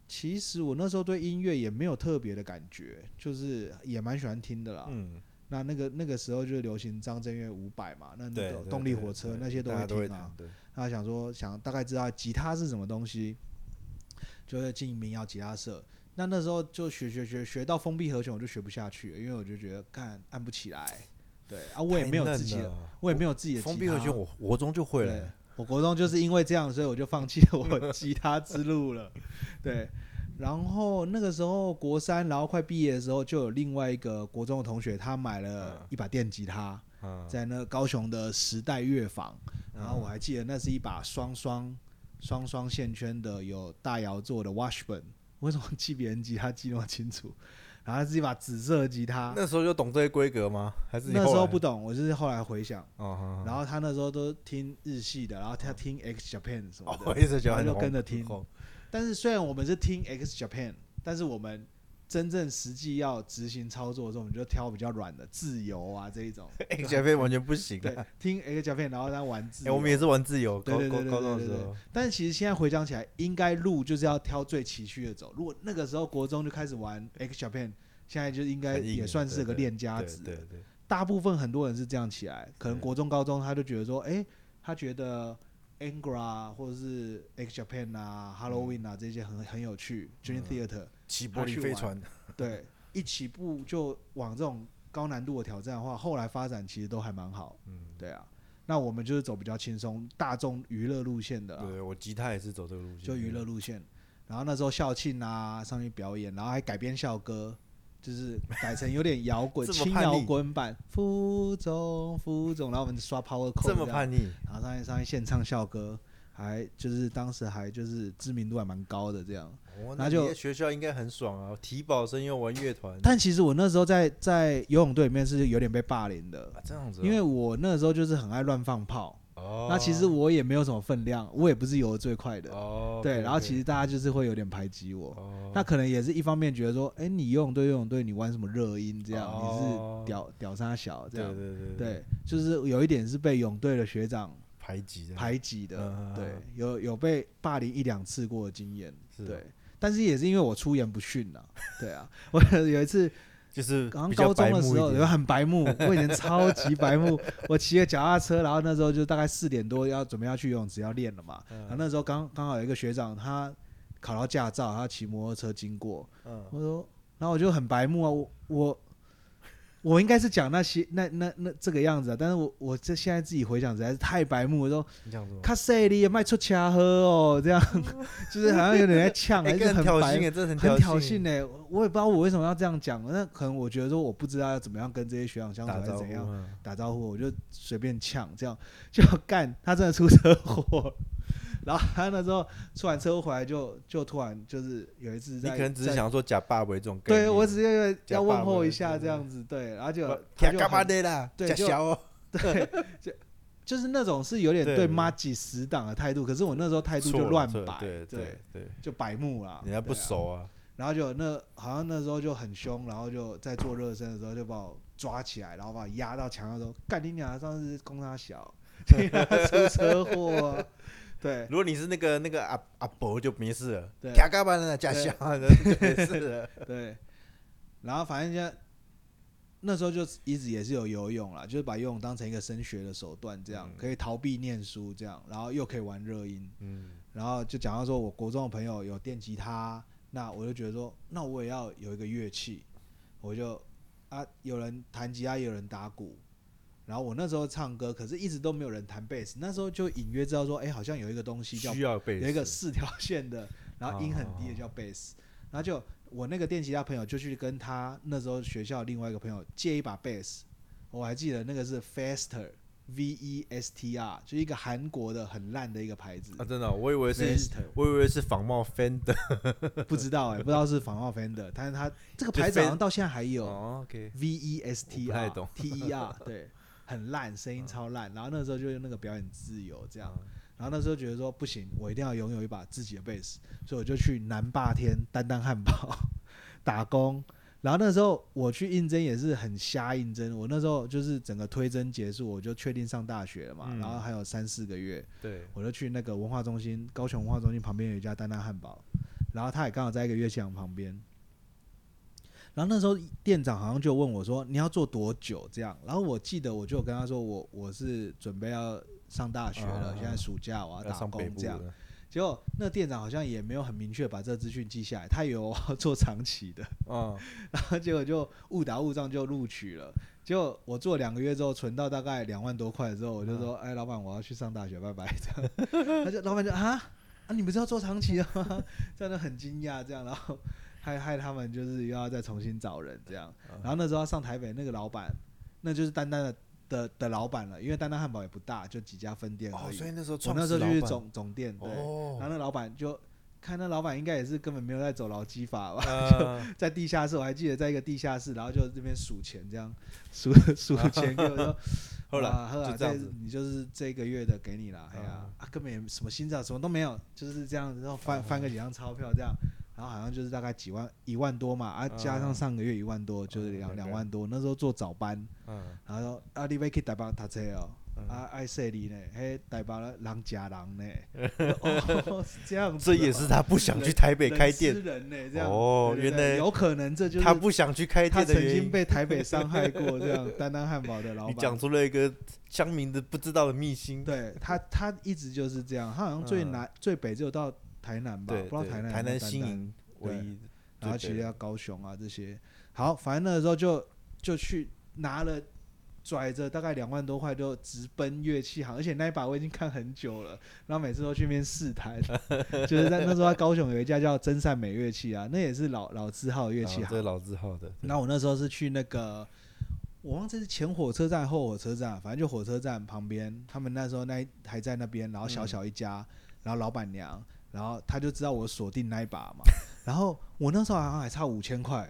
Speaker 1: 其实我那时候对音乐也没有特别的感觉，就是也蛮喜欢听的啦。
Speaker 2: 嗯，
Speaker 1: 那那个那个时候就是流行张震岳五百嘛，那那
Speaker 2: 对
Speaker 1: 种，
Speaker 2: 对
Speaker 1: 动
Speaker 2: 对
Speaker 1: 力火车
Speaker 2: 对
Speaker 1: 那些都
Speaker 2: 大家都
Speaker 1: 会
Speaker 2: 会
Speaker 1: 听啊
Speaker 2: 弹。。对，
Speaker 1: 他想说想大概知道吉他是什么东西，就会进民谣吉他社。那那时候就学学学学到封闭和弦，我就学不下去了，因为我就觉得看按不起来。对啊，我也
Speaker 2: 太
Speaker 1: 没有
Speaker 2: 嫩
Speaker 1: 自己的，
Speaker 2: 了
Speaker 1: 我也没有自己的
Speaker 2: 封
Speaker 1: 吉
Speaker 2: 闭和
Speaker 1: 他
Speaker 2: 弦，我国中就会
Speaker 1: 对
Speaker 2: 了。
Speaker 1: 我国中就是因为这样，所以我就放弃了我吉他之路了。 *laughs* 对，然后那个时候国三，然后快毕业的时候，就有另外一个国中的同学，他买了
Speaker 2: 嗯
Speaker 1: 一把电吉他，
Speaker 2: 嗯，
Speaker 1: 在那高雄的时代乐坊。然后我
Speaker 2: 还
Speaker 1: 还记得那是一把双双双双线圈的有大摇座的 Washburn，为什么记别人吉他记那么清楚？然后自己把紫色的吉他。
Speaker 2: 那时候就懂这些规格吗？还是你
Speaker 1: 那
Speaker 2: 后
Speaker 1: 时候
Speaker 2: 来
Speaker 1: 不懂，我就是后来回想，
Speaker 2: 哦，
Speaker 1: 然后他那时候都听日系的，然后他听 X Japan 什么
Speaker 2: 哦
Speaker 1: 的，，
Speaker 2: 我一直喜欢
Speaker 1: 然后就
Speaker 2: 红
Speaker 1: 跟着听
Speaker 2: 红
Speaker 1: 但是虽然我们是听 X Japan，但是我们真正实际要执行操作的时候，我们就挑比较软的自由啊这
Speaker 2: *laughs*
Speaker 1: 一种。
Speaker 2: 哎加菲完全不行
Speaker 1: 对
Speaker 2: 啊！，
Speaker 1: 听 X Japan，然后再玩自
Speaker 2: 哎，
Speaker 1: 由。
Speaker 2: 我们也是玩自由，
Speaker 1: 对
Speaker 2: 高
Speaker 1: 对
Speaker 2: 高
Speaker 1: 对对
Speaker 2: 高中的
Speaker 1: 对
Speaker 2: 时
Speaker 1: 对
Speaker 2: 候，
Speaker 1: 但是其实现在回想起来，应该路就是要挑最崎岖的走。如果那个时候国中就开始玩 X Japan，现在就应该
Speaker 2: 很硬
Speaker 1: 也算是个练家
Speaker 2: 对
Speaker 1: 子。
Speaker 2: 对对，
Speaker 1: 大部分很多人是这样起来，可能
Speaker 2: 嗯
Speaker 1: 国中、高中他就觉得说，哎、他觉得 Angra 啊或者是 X Japan 啊、Halloween 啊这些很很有趣，Dream
Speaker 2: 嗯
Speaker 1: Theater，、
Speaker 2: 起
Speaker 1: 他
Speaker 2: 玻璃
Speaker 1: 去
Speaker 2: 飞
Speaker 1: 玩
Speaker 2: 船，
Speaker 1: 对，一起步就往这种高难度的挑战的话，后来发展其实都还蛮好。
Speaker 2: 嗯，
Speaker 1: 对啊，那我们就是走比较轻松、大众娱乐路线的啊、
Speaker 2: 对我吉他也是走这个路线，
Speaker 1: 就娱乐路线。然后那时候校庆啊，上去表演，然后还改编校歌，
Speaker 2: *laughs*
Speaker 1: 就是改成有点摇滚、
Speaker 2: 这么
Speaker 1: 轻
Speaker 2: 叛逆
Speaker 1: 摇滚版。副总，副总，然后我们刷 power c o
Speaker 2: 这么叛逆，
Speaker 1: 然后上去上去现唱校歌，还就是当时还就是知名度还蛮高的这样。
Speaker 2: 哦
Speaker 1: 那
Speaker 2: 那
Speaker 1: 就
Speaker 2: 你在学校应该很爽啊！体保生又玩乐团，
Speaker 1: 但其实我那时候在在游泳队里面是有点被霸凌的，
Speaker 2: 啊这样子哦，
Speaker 1: 因为我那时候就是很爱乱放炮，
Speaker 2: 哦，
Speaker 1: 那其实我也没有什么分量，我也不是游得最快的，
Speaker 2: 哦，
Speaker 1: 对。然后其
Speaker 2: 实
Speaker 1: 实大家就是会有点排挤我，
Speaker 2: 哦，
Speaker 1: 那可能也是一方面觉得说，哎、你游泳队游泳队你玩什么热音这样，
Speaker 2: 哦
Speaker 1: 你是屌屌杀小这
Speaker 2: 对
Speaker 1: 样，
Speaker 2: 对对
Speaker 1: 对，就是有一点是被泳队的学长
Speaker 2: 排挤的，
Speaker 1: 排挤的，
Speaker 2: 嗯嗯嗯
Speaker 1: 对
Speaker 2: 嗯，
Speaker 1: 有有被霸凌一两次过的经验，
Speaker 2: 是哦
Speaker 1: 对。但是也是因为我出言不逊
Speaker 2: *laughs*
Speaker 1: 啊，对啊，我 *laughs* 有一次
Speaker 2: 就是
Speaker 1: 好像
Speaker 2: 比较
Speaker 1: 高中
Speaker 2: 白
Speaker 1: 的
Speaker 2: 目
Speaker 1: 时
Speaker 2: 一
Speaker 1: 候，
Speaker 2: 点
Speaker 1: 有 *laughs* 很白目，我以前超级白目。 *laughs* 我骑着脚踏车，然后那时候就大概四点多要准备要去游泳池要练了嘛。
Speaker 2: 嗯
Speaker 1: 然后那时候刚刚好有一个学长他考到驾照，他骑摩托车经过，
Speaker 2: 嗯
Speaker 1: 我说，然后我就很白目啊，我我我应该是讲那些那那那这个样子啊，但是我我这现在自己回想实在是太白目，我说
Speaker 2: 你讲什么？
Speaker 1: 卡塞里也卖出掐喝哦，这样 *laughs* 就是好像有点在呛，还
Speaker 2: 哎，
Speaker 1: 是
Speaker 2: 更
Speaker 1: 很
Speaker 2: 挑
Speaker 1: 白
Speaker 2: 衅哎，这很
Speaker 1: 很挑
Speaker 2: 挑
Speaker 1: 衅呢、我也不知道我为什么要这样讲，那可能我觉得说我不知道要怎么样跟这些学长相处
Speaker 2: 打
Speaker 1: 还是
Speaker 2: 招呼
Speaker 1: 怎样
Speaker 2: 嗯
Speaker 1: 打招呼，我就随便呛，这样 *laughs* 就干，他真的出车祸。 *laughs* 然后他那时候出完车祸回来就就突然就是有一次
Speaker 2: 你
Speaker 1: 在，
Speaker 2: 可能只是
Speaker 1: 在
Speaker 2: 想说假爸爸这种概念，
Speaker 1: 对我只是
Speaker 2: 假
Speaker 1: 要
Speaker 2: 爸
Speaker 1: 问候
Speaker 2: 爸
Speaker 1: 一下
Speaker 2: 对
Speaker 1: 这样子，对，然后就他
Speaker 2: 假
Speaker 1: 就
Speaker 2: 干嘛
Speaker 1: 很
Speaker 2: 的啦，
Speaker 1: 对
Speaker 2: 假
Speaker 1: 就
Speaker 2: 小哦，
Speaker 1: *laughs* 对，就就是那种是有点
Speaker 2: 对对
Speaker 1: 对妈几死党的态度，可是我那时候态度
Speaker 2: 错
Speaker 1: 就
Speaker 2: 了
Speaker 1: 乱
Speaker 2: 错了
Speaker 1: 摆，
Speaker 2: 对
Speaker 1: 对，
Speaker 2: 对，
Speaker 1: 就白目啦，
Speaker 2: 人家不
Speaker 1: 对啊
Speaker 2: 熟啊，
Speaker 1: 然后就那好像那时候就很凶，然后就在做热身的时候就把我抓起来，然后把我压到墙上说：“干你娘！上次攻
Speaker 2: *laughs*
Speaker 1: 他小， *laughs* 你他出车祸、啊。”对
Speaker 2: 如果你是那个那个阿阿伯就没事了，
Speaker 1: 对
Speaker 2: 假干嘛的啦，假
Speaker 1: 对
Speaker 2: 小
Speaker 1: *laughs*
Speaker 2: 啊就没事了，
Speaker 1: 对，然后反正就那时候就一直也是有游泳啦，就是把游泳当成一个升学的手段，这样、
Speaker 2: 嗯
Speaker 1: 可以逃避念书，这样，然后又可以玩热音，
Speaker 2: 嗯，
Speaker 1: 然后就讲到说，我国中的朋友有电吉他，那我就觉得说，那我也要有一个乐器，我就啊，有人弹吉他，也有人打鼓，然后我那时候唱歌，可是一直都没有人弹贝斯，那时候就隐约知道说，哎，好像有一个东西叫
Speaker 2: 需要被
Speaker 1: 有一个四条线的，然后音很低
Speaker 2: 哦
Speaker 1: 的叫贝斯，然后就我那个电吉他朋友就去跟他那时候学校另外一个朋友借一把贝斯，我还记得那个是 Faster。V E S T R 就是一个韩国的很烂的一个牌子
Speaker 2: 啊，真的哦，我以为是
Speaker 1: Vester
Speaker 2: 我以为是仿冒 Fender
Speaker 1: 不知道哎、不知道是仿冒 Fender，但是它这个
Speaker 2: 就
Speaker 1: 牌子
Speaker 2: Fen-
Speaker 1: 好像到现在还有
Speaker 2: 哦，OK，
Speaker 1: V E S T
Speaker 2: 我不太
Speaker 1: R
Speaker 2: 懂嗯
Speaker 1: T
Speaker 2: *laughs*
Speaker 1: E R，对，很烂，声音超烂。然后那时候就用那个表演自由这样，然后那时候觉得说不行，我一定要拥有一把自己的贝斯，所以我就去南霸天担当汉堡 *laughs* 打工。然后那时候我去应征也是很瞎应征，我那时候就是整个推甄结束，我就确定上大学了嘛，
Speaker 2: 嗯
Speaker 1: 然后还有三四个月，
Speaker 2: 对，
Speaker 1: 我就去那个文化中心，高雄文化中心旁边有一家丹丹汉堡，然后他也刚好在一个乐器行旁边。然后那时候店长好像就问我说：“你要做多久？”这样，然后我记得我就有跟他说我：“我是准备要上大学了，
Speaker 2: 啊
Speaker 1: 现在暑假我
Speaker 2: 要
Speaker 1: 打
Speaker 2: 上北
Speaker 1: 工
Speaker 2: 部
Speaker 1: 这样。
Speaker 2: 了，”
Speaker 1: 结果那店长好像也没有很明确把这资讯记下来，他以为我要做长期的，
Speaker 2: 嗯，
Speaker 1: 然后结果就误打误撞就录取了。结果我做两个月之后，存到大概两万多块之后，我就
Speaker 2: 嗯
Speaker 1: 说：“哎，老板，我要去上大学，拜拜。”这样，他就老板就啊啊，你不是要做长期的吗？这样就很惊讶，这样，然后害害他们就是又要再重新找人这样。
Speaker 2: 嗯
Speaker 1: 然后那时候要上台北，那个老板那就是丹丹的的的老板了，因为丹丹汉堡也不大，就几家分店而
Speaker 2: 哦，
Speaker 1: 已。
Speaker 2: 所以那时候
Speaker 1: 我
Speaker 2: 创
Speaker 1: 那时
Speaker 2: 始
Speaker 1: 候就
Speaker 2: 老
Speaker 1: 去
Speaker 2: 板
Speaker 1: 总总店，对，然后
Speaker 2: 哦，
Speaker 1: 那老板就看那老板应该也是根本没有在走劳基法
Speaker 2: *laughs*
Speaker 1: 吧，
Speaker 2: 呃，
Speaker 1: 在地下室，我还记得在一个地下室，然后就这边数钱，这样
Speaker 2: *laughs*
Speaker 1: 数数钱给我说，
Speaker 2: 后来
Speaker 1: 啊，后来
Speaker 2: 哦就这样子，
Speaker 1: 你就是这个月的给你了，哎呀
Speaker 2: 啊，
Speaker 1: 啊，根本也什么新账什么都没有，就是这样子，然后
Speaker 2: 哦
Speaker 1: 翻翻个几张钞票这样，然后好像就是大概几万一万多嘛，啊，加上
Speaker 2: 啊
Speaker 1: 上个月一万多，就是
Speaker 2: 啊
Speaker 1: 两
Speaker 2: 两
Speaker 1: 两
Speaker 2: 个
Speaker 1: 万多，那时候做早班，
Speaker 2: 嗯，
Speaker 1: 然后说啊，你要去台北读册哦。
Speaker 2: 嗯
Speaker 1: 啊，爱说你呢，嘿，台北人夹
Speaker 2: *laughs*
Speaker 1: 人呢，我说哦，是这样子
Speaker 2: 这
Speaker 1: 哦，
Speaker 2: 也是他不想去台北
Speaker 1: 人
Speaker 2: 开
Speaker 1: 吃
Speaker 2: 店，
Speaker 1: 人呢，这样
Speaker 2: 哦
Speaker 1: 对对对
Speaker 2: 原来
Speaker 1: 有可能这就是
Speaker 2: 他不想去开
Speaker 1: 他
Speaker 2: 店的
Speaker 1: 曾
Speaker 2: 原
Speaker 1: 经
Speaker 2: 因。
Speaker 1: 被台北伤害过，这样 *laughs* 丹丹汉堡的老
Speaker 2: 你讲
Speaker 1: 板，
Speaker 2: 出了一个乡民的不知道的秘辛，
Speaker 1: 对他他一直就是这样，他好像最
Speaker 2: 嗯
Speaker 1: 南、最北只有到台南吧，
Speaker 2: 对，
Speaker 1: 不知道
Speaker 2: 对
Speaker 1: 台南有
Speaker 2: 台
Speaker 1: 没
Speaker 2: 南
Speaker 1: 有丹
Speaker 2: 新
Speaker 1: 丹，
Speaker 2: 营
Speaker 1: 对
Speaker 2: 唯一，
Speaker 1: 然
Speaker 2: 就
Speaker 1: 后其实
Speaker 2: 对了
Speaker 1: 要高雄啊这些，好，反正那个时候就就去拿了。拽着大概两万多块就直奔乐器行，而且那一把我已经看很久了，然后每次都去那边试弹， *laughs* 就是在那时候在高雄有一家叫真善美乐器啊，那也是老老字号的乐器
Speaker 2: 啊
Speaker 1: 行，
Speaker 2: 这老字号的，对
Speaker 1: 那我那时候是去那个，我忘记是前火车站后火车站，反正就火车站旁边，他们那时候那一还在那边，然后小小一家，然后老板娘，然后他就知道我锁定那一把
Speaker 2: *laughs*
Speaker 1: 嘛，然后我那时候好像还差五千块，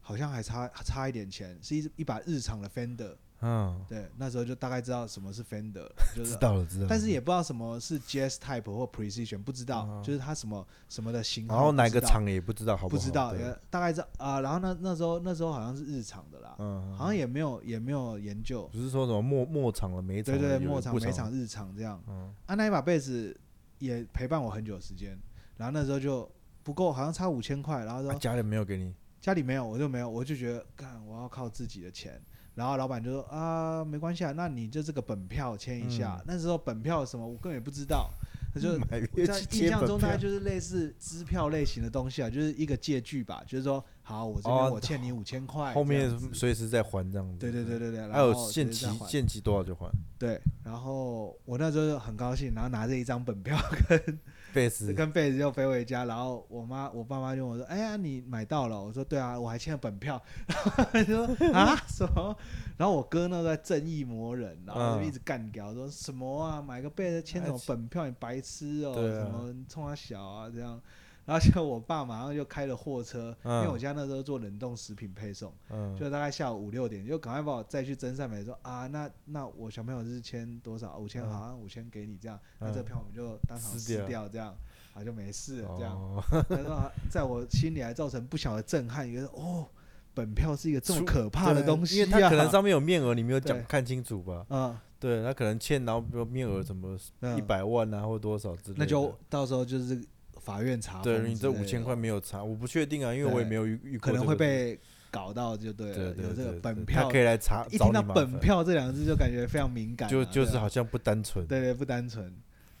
Speaker 1: 好像还差差一点钱，是一一把日常的 Fender，
Speaker 2: 嗯，
Speaker 1: 对，那时候就大概知道什么是 Fender，了就是
Speaker 2: 知。道了知道了，
Speaker 1: 但是也不知道什么是 Jazz Type 或 Precision，不知道，
Speaker 2: 嗯
Speaker 1: 就是它什么什么的型号，
Speaker 2: 然后哪
Speaker 1: 不知
Speaker 2: 个
Speaker 1: 道
Speaker 2: 厂也不知道，好
Speaker 1: 不
Speaker 2: 好？
Speaker 1: 知道，
Speaker 2: 对
Speaker 1: 也大概知道啊、然后那那时候那时候好像是日常的啦，
Speaker 2: 嗯，
Speaker 1: 好像也没有也没有研究，
Speaker 2: 不是说什么末末场了每一场
Speaker 1: 对
Speaker 2: 了，
Speaker 1: 对，
Speaker 2: 有
Speaker 1: 末
Speaker 2: 不
Speaker 1: 场每场，日常这样。
Speaker 2: 嗯
Speaker 1: 啊，那一把贝斯也陪伴我很久时间，然后那时候就不够，好像差五千块，然后
Speaker 2: 啊
Speaker 1: 说
Speaker 2: 家里没有给你，
Speaker 1: 家里没有，我就没有，我就觉得干我要靠自己的钱。然后老板就说啊，没关系啊，那你就这个本票签一下。
Speaker 2: 嗯
Speaker 1: 那时候本票什么我根本也不知道，他就
Speaker 2: 买
Speaker 1: 我
Speaker 2: 乐
Speaker 1: 在
Speaker 2: 器
Speaker 1: 印
Speaker 2: 接
Speaker 1: 象
Speaker 2: 本
Speaker 1: 中大概
Speaker 2: 票，
Speaker 1: 就是类似支票类型的东西啊，就是一个借据吧，就是说，好，我这边
Speaker 2: 哦
Speaker 1: 我欠你五千块，
Speaker 2: 后
Speaker 1: 这
Speaker 2: 面
Speaker 1: 样子
Speaker 2: 随时再还这样子，
Speaker 1: 对对对对对，
Speaker 2: 还有
Speaker 1: 然后
Speaker 2: 限
Speaker 1: 就是
Speaker 2: 期
Speaker 1: 再还
Speaker 2: 限期多少就还，
Speaker 1: 对，然后我那时候就很高兴，然后拿着一张本票跟
Speaker 2: 贝斯
Speaker 1: 跟被子又飞回家，然后我妈我爸妈就问我说，哎呀，你买到了？我说对啊，我还欠了本票，然后他说
Speaker 2: *laughs*
Speaker 1: 啊什么？然后我哥呢在正义魔人，然后就
Speaker 2: 嗯
Speaker 1: 一直干掉，说什么啊，买个被子签什么本票，你白痴哦，
Speaker 2: 哎对啊
Speaker 1: 什么冲他小啊这样。然后结果我爸马上就开了货车，因为
Speaker 2: 嗯
Speaker 1: 我家那时候做冷冻食品配送，
Speaker 2: 嗯，
Speaker 1: 就大概下午五六点，就赶快把我再去真善美说啊，那那我小朋友是签多少？五千，
Speaker 2: 嗯
Speaker 1: 好啊，五千给你这样，那
Speaker 2: 嗯
Speaker 1: 这票我们就当场
Speaker 2: 撕
Speaker 1: 撕
Speaker 2: 掉
Speaker 1: 掉这样，啊就没事了这样。
Speaker 2: 哦
Speaker 1: 但是啊在我心里还造成不小的震撼，觉得哦，本票是一个这么
Speaker 2: 出
Speaker 1: 可怕的
Speaker 2: 对
Speaker 1: 东西
Speaker 2: 因为他可能
Speaker 1: 啊，
Speaker 2: 上面有面额，你没有讲
Speaker 1: 对
Speaker 2: 看清楚吧？
Speaker 1: 嗯
Speaker 2: 对他可能欠，然后比如面额什么
Speaker 1: 嗯
Speaker 2: 一百万啊，或多少之类的，
Speaker 1: 那就到时候就是法院查封之类的，
Speaker 2: 对你这五千块没有查，我不确定啊，因为
Speaker 1: 对
Speaker 2: 我也没有遇遇过
Speaker 1: 可能
Speaker 2: 这
Speaker 1: 会
Speaker 2: 个事
Speaker 1: 被搞到，就对
Speaker 2: 对
Speaker 1: 了，
Speaker 2: 对
Speaker 1: 有这个
Speaker 2: 对
Speaker 1: 本
Speaker 2: 对
Speaker 1: 票
Speaker 2: 他可，以来查，
Speaker 1: 一
Speaker 2: 找
Speaker 1: 听
Speaker 2: 你
Speaker 1: 到
Speaker 2: 麻
Speaker 1: 本
Speaker 2: 烦
Speaker 1: 票这两个字就感觉非常敏感啊，
Speaker 2: 就就
Speaker 1: 对
Speaker 2: 是
Speaker 1: 啊
Speaker 2: 好像不单纯，
Speaker 1: 对对，不单纯。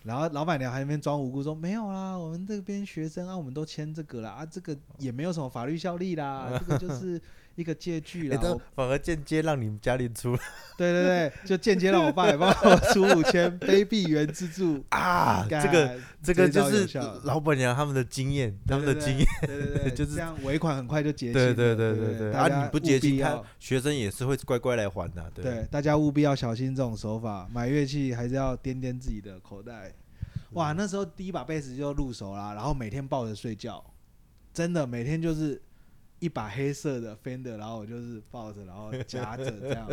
Speaker 1: 然后老板娘还在那边装无辜说没有啦，我们这边学生啊，我们都签这个啦，啊，这个也没有什么法律效力啦，这个就是一个借据
Speaker 2: 诶
Speaker 1: 啦。
Speaker 2: 但
Speaker 1: 我
Speaker 2: 反而间接让你们家里出
Speaker 1: 对对对，就间接让我爸也帮我出五千卑鄙原资助
Speaker 2: 啊，
Speaker 1: 干
Speaker 2: *laughs* 这个这个
Speaker 1: 招
Speaker 2: 就
Speaker 1: 有
Speaker 2: 是
Speaker 1: 效了
Speaker 2: 老板娘他们的经验，他们的经验，，
Speaker 1: 对对对对对对，
Speaker 2: 就是
Speaker 1: 这样尾款很快就结清
Speaker 2: 对
Speaker 1: 了。
Speaker 2: 对
Speaker 1: 对
Speaker 2: 对对对，
Speaker 1: 大家
Speaker 2: 啊，你不结
Speaker 1: 务
Speaker 2: 清，
Speaker 1: 必
Speaker 2: 他
Speaker 1: 要
Speaker 2: 学生也是会乖乖来还的，
Speaker 1: 对，大家务必要小心这种手法，买乐器还是要掂掂自己的口袋。
Speaker 2: 嗯
Speaker 1: 哇，那时候第一把贝斯就入手啦，然后每天抱着睡觉，真的每天就是一把黑色的 Fender，然后我就是抱着，然后夹着这
Speaker 2: *laughs*
Speaker 1: 样，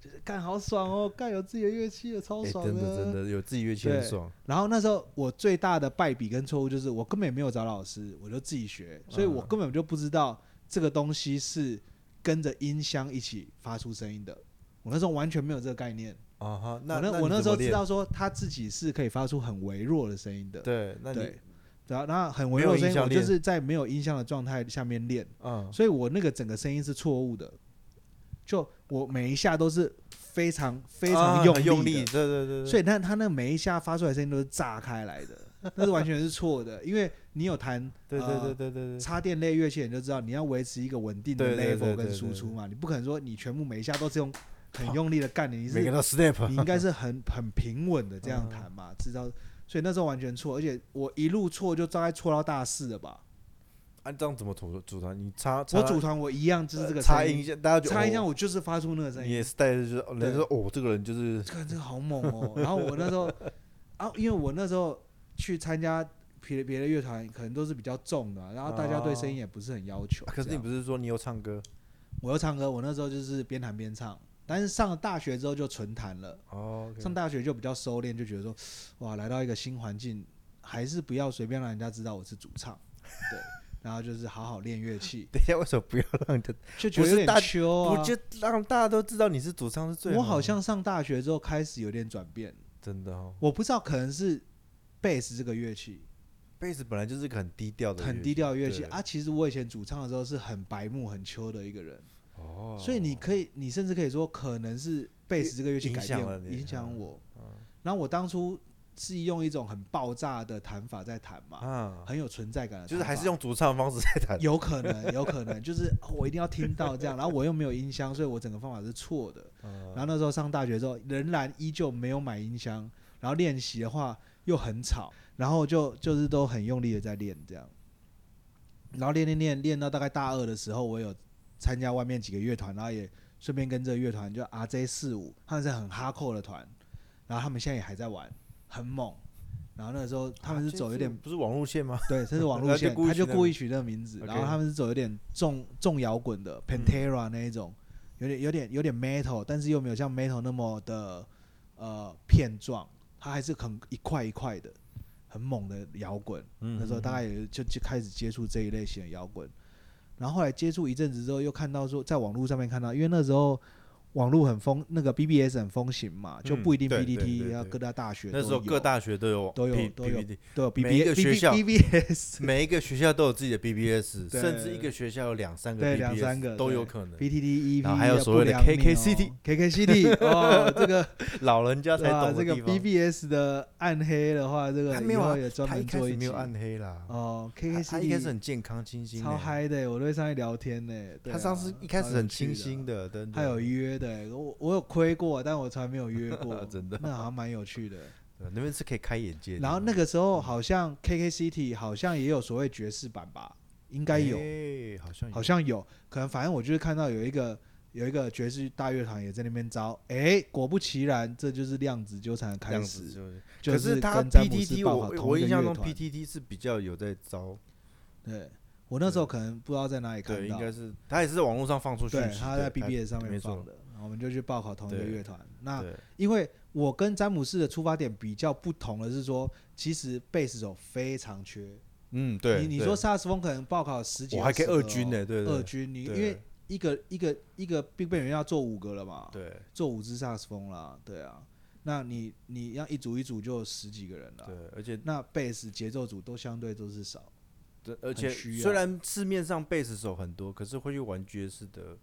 Speaker 1: 就是干好爽哦，干有自己的乐器了，超
Speaker 2: 诶
Speaker 1: 爽
Speaker 2: 哎真的真的有自己乐器很
Speaker 1: 对
Speaker 2: 爽，
Speaker 1: 然后那时候我最大的败笔跟错误就是我根本也没有找老师，我就自己学，所以我
Speaker 2: 嗯
Speaker 1: 根本就不知道这个东西是跟着音箱一起发出声音的。我那时候完全没有这个概念。
Speaker 2: 啊哈，
Speaker 1: 我
Speaker 2: 那
Speaker 1: 那
Speaker 2: 你
Speaker 1: 我那
Speaker 2: 怎
Speaker 1: 时候
Speaker 2: 么
Speaker 1: 知
Speaker 2: 练
Speaker 1: 道说他自己是可以发出很微弱的声音的。
Speaker 2: 对，那你
Speaker 1: 对，然后那很微弱的声
Speaker 2: 没有音
Speaker 1: 音，
Speaker 2: 箱
Speaker 1: 我就
Speaker 2: 练
Speaker 1: 是在没有音箱的状态下面练，
Speaker 2: 嗯
Speaker 1: 所以我那个整个声音是错误的。就我每一下都是非常非
Speaker 2: 啊
Speaker 1: 常
Speaker 2: 很
Speaker 1: 用
Speaker 2: 用
Speaker 1: 力的
Speaker 2: 对对对，对
Speaker 1: 所以那他那每一下发出来的声音都是炸开来的， *laughs* 那是完全是错的，因为你有弹
Speaker 2: 对对
Speaker 1: 呃
Speaker 2: 对对对对，
Speaker 1: 插电类乐器，你就知道你要维持一个稳定的
Speaker 2: 对对对对
Speaker 1: level 跟
Speaker 2: 对
Speaker 1: 输
Speaker 2: 对
Speaker 1: 出嘛，你不可能说你全部每一下都是用很用力的干的，你是
Speaker 2: 每个都嗯 snap，
Speaker 1: 你应该是很很平稳的这样弹嘛，知道？所以那时候完全错，而且我一路错就大概错到大四了吧。
Speaker 2: *laughs* 啊，这样怎么组组团？你插
Speaker 1: 我
Speaker 2: 插
Speaker 1: 组团我一样就是这个
Speaker 2: 呃插
Speaker 1: 声
Speaker 2: 音
Speaker 1: 音，
Speaker 2: 一下，大家就
Speaker 1: 插音
Speaker 2: 哦
Speaker 1: 箱我就是发出那个声
Speaker 2: 你也
Speaker 1: 音，
Speaker 2: 是带着就是哦，
Speaker 1: 对
Speaker 2: 人家说哦，这个人就是 *laughs*
Speaker 1: 这个这个好猛哦。然后我那时候啊，因为我那时候去参加别别的乐团可能都是比较重的啊、然后大家对声音也不是很要求。
Speaker 2: 啊可是
Speaker 1: 这
Speaker 2: 你
Speaker 1: 样
Speaker 2: 不是说你有唱歌
Speaker 1: 我又唱歌，我那时候就是边弹边唱，但是上了大学之后就纯弹了。
Speaker 2: 哦？OK？
Speaker 1: 上大学就比较收敛，就觉得说，哇，来到一个新环境，还是不要随便让人家知道我是主
Speaker 2: *laughs*
Speaker 1: 唱，对，然后就是好好练乐器，
Speaker 2: 等一下，为什么不要让人家？
Speaker 1: 就觉
Speaker 2: 不嗯是
Speaker 1: 得有点
Speaker 2: 大
Speaker 1: 秋啊
Speaker 2: 我。觉得让大家都知道你是主唱是最
Speaker 1: 我
Speaker 2: 好
Speaker 1: 好
Speaker 2: 的
Speaker 1: 像上大学之后开始有点转变，
Speaker 2: 真的哦，
Speaker 1: 我不知道可能是贝斯这个乐器
Speaker 2: 贝斯本来就是个很低调的乐器，
Speaker 1: 很低调的乐器
Speaker 2: 对
Speaker 1: 啊，其实我以前主唱的时候是很白目很秋的一个人，
Speaker 2: 哦，
Speaker 1: 所以你可以，你甚至可以说，可能是贝斯这个乐器
Speaker 2: 影
Speaker 1: 改变
Speaker 2: 响
Speaker 1: 我
Speaker 2: 了你
Speaker 1: 影响我
Speaker 2: 嗯。
Speaker 1: 然后我当初是用一种很爆炸的弹法在弹嘛，
Speaker 2: 啊，
Speaker 1: 很有存在感的，
Speaker 2: 就是还是。用主唱的方式在弹。
Speaker 1: 有可能，有可能，就是哦我一定要听到这样，然后我又没有音箱，所以我整个方法是错的。然
Speaker 2: 然
Speaker 1: 后那时候上大学之后，仍然依旧没有买音箱，然后练习的话又很吵，然后就就是都很用力的在练这样，然后练练练练到大概大二的时候，我有参加外面几个乐团，然后也顺便跟这个乐团叫 RJ 四五，他们是很哈扣的团，然后他们现在也还在玩，很猛。然后那个时候他们是走有点
Speaker 2: 不是网路线吗？
Speaker 1: 对，这是网
Speaker 2: 他
Speaker 1: 路
Speaker 2: 就
Speaker 1: 线，
Speaker 2: 故意
Speaker 1: 他
Speaker 2: 取
Speaker 1: 就
Speaker 2: 那
Speaker 1: 故
Speaker 2: 个
Speaker 1: 意取这个名字，然后
Speaker 2: OK 嗯
Speaker 1: 他们是走有点重重摇滚的 Pantera 那一种，有点有点有点 metal，但是又没有像 metal 那么的呃片状，它还是很一块一块的，很猛的摇滚。
Speaker 2: 嗯
Speaker 1: 那时候大
Speaker 2: 概
Speaker 1: 概也就就开始接触这一类型的摇滚，然后后来接触一阵子之后，又看到说在网络上面看到，因为那时候。网络很风，那个 BBS 很风行嘛，就
Speaker 2: 嗯
Speaker 1: 不一定
Speaker 2: 对对对
Speaker 1: PDT，要
Speaker 2: 对
Speaker 1: 各大大学
Speaker 2: 那时候
Speaker 1: 都有
Speaker 2: 各大学都有
Speaker 1: 都有
Speaker 2: P-
Speaker 1: 都有
Speaker 2: PPT
Speaker 1: 都有
Speaker 2: 每一个
Speaker 1: BBS
Speaker 2: 学校
Speaker 1: BBS
Speaker 2: 每一个学校都有自己的 BBS，
Speaker 1: *laughs* 对
Speaker 2: 甚至一个学校有两三个
Speaker 1: 对
Speaker 2: BBS，
Speaker 1: 两三个
Speaker 2: 都
Speaker 1: 对
Speaker 2: 有可能。
Speaker 1: BTT、
Speaker 2: 然后
Speaker 1: EP，
Speaker 2: 还有所谓的
Speaker 1: *laughs*
Speaker 2: KKCT
Speaker 1: KKCT 哦，
Speaker 2: *laughs*
Speaker 1: 这个
Speaker 2: 老人家才
Speaker 1: 啊，
Speaker 2: 懂
Speaker 1: 这
Speaker 2: 的
Speaker 1: 个
Speaker 2: 地方。
Speaker 1: BBS 的暗黑的话，这个
Speaker 2: 他
Speaker 1: 以
Speaker 2: 没有啊
Speaker 1: 后也专
Speaker 2: 他一
Speaker 1: 门
Speaker 2: 开
Speaker 1: 做
Speaker 2: 始没
Speaker 1: 集
Speaker 2: 有暗黑啦，
Speaker 1: 哦
Speaker 2: 他他一开始
Speaker 1: ，KKCT
Speaker 2: 很健康清新
Speaker 1: 超
Speaker 2: 欸。
Speaker 1: 嗨的，我都会上去聊天呢。对啊
Speaker 2: 他上次一开始很清新，
Speaker 1: 超有趣
Speaker 2: 的，
Speaker 1: 啊
Speaker 2: 真的。
Speaker 1: 还有约的，欸我我有亏过，但我从来没有约过，
Speaker 2: *laughs* 真的
Speaker 1: 那好像蛮有趣的。
Speaker 2: 对那边是可以开眼界的地嗯
Speaker 1: 然
Speaker 2: 方。
Speaker 1: 后那个时候好像 KKCT 好像也有所谓爵士版吧，应该有。
Speaker 2: 哎好像有
Speaker 1: 好像有，可能反正我就是看到有一个有一个爵士大乐团也在那边招，哎、果不其然，这就是量子纠缠的
Speaker 2: 这
Speaker 1: 开
Speaker 2: 样
Speaker 1: 始
Speaker 2: 子，就是。
Speaker 1: 就
Speaker 2: 可是他
Speaker 1: 跟詹姆斯
Speaker 2: PTT
Speaker 1: 爆好
Speaker 2: 我
Speaker 1: 同
Speaker 2: 我
Speaker 1: 一个
Speaker 2: 印象
Speaker 1: 乐
Speaker 2: 中
Speaker 1: 团。
Speaker 2: PTT 是比较有在招，
Speaker 1: 对，我那时候可能不知道在哪里看
Speaker 2: 对，应
Speaker 1: 到，
Speaker 2: 该是他也是在网络上放出去，
Speaker 1: 对，他在
Speaker 2: 对
Speaker 1: BBS 上面
Speaker 2: 没错
Speaker 1: 放的，然后我们就去报考同一个
Speaker 2: 对
Speaker 1: 乐团。那
Speaker 2: 对
Speaker 1: 因为我跟詹姆斯的出发点比较不同的是说，其实贝斯手非常缺，
Speaker 2: 嗯对，
Speaker 1: 你你
Speaker 2: 对
Speaker 1: 说萨克斯风可能报考十几，
Speaker 2: 我还可以
Speaker 1: 20个
Speaker 2: 二军
Speaker 1: 哦
Speaker 2: 呢，对对
Speaker 1: 二军你因
Speaker 2: 对
Speaker 1: 为一个一个一个 BigBang 人要做五个了嘛，
Speaker 2: 对
Speaker 1: 做五支萨克斯风啦，对啊，那你你要一组一组就十几个人了，
Speaker 2: 对，而且
Speaker 1: 那贝斯节奏组都相对都是少，
Speaker 2: 这而且
Speaker 1: 需要
Speaker 2: 虽然市面上贝斯手很多，可是会去玩爵士的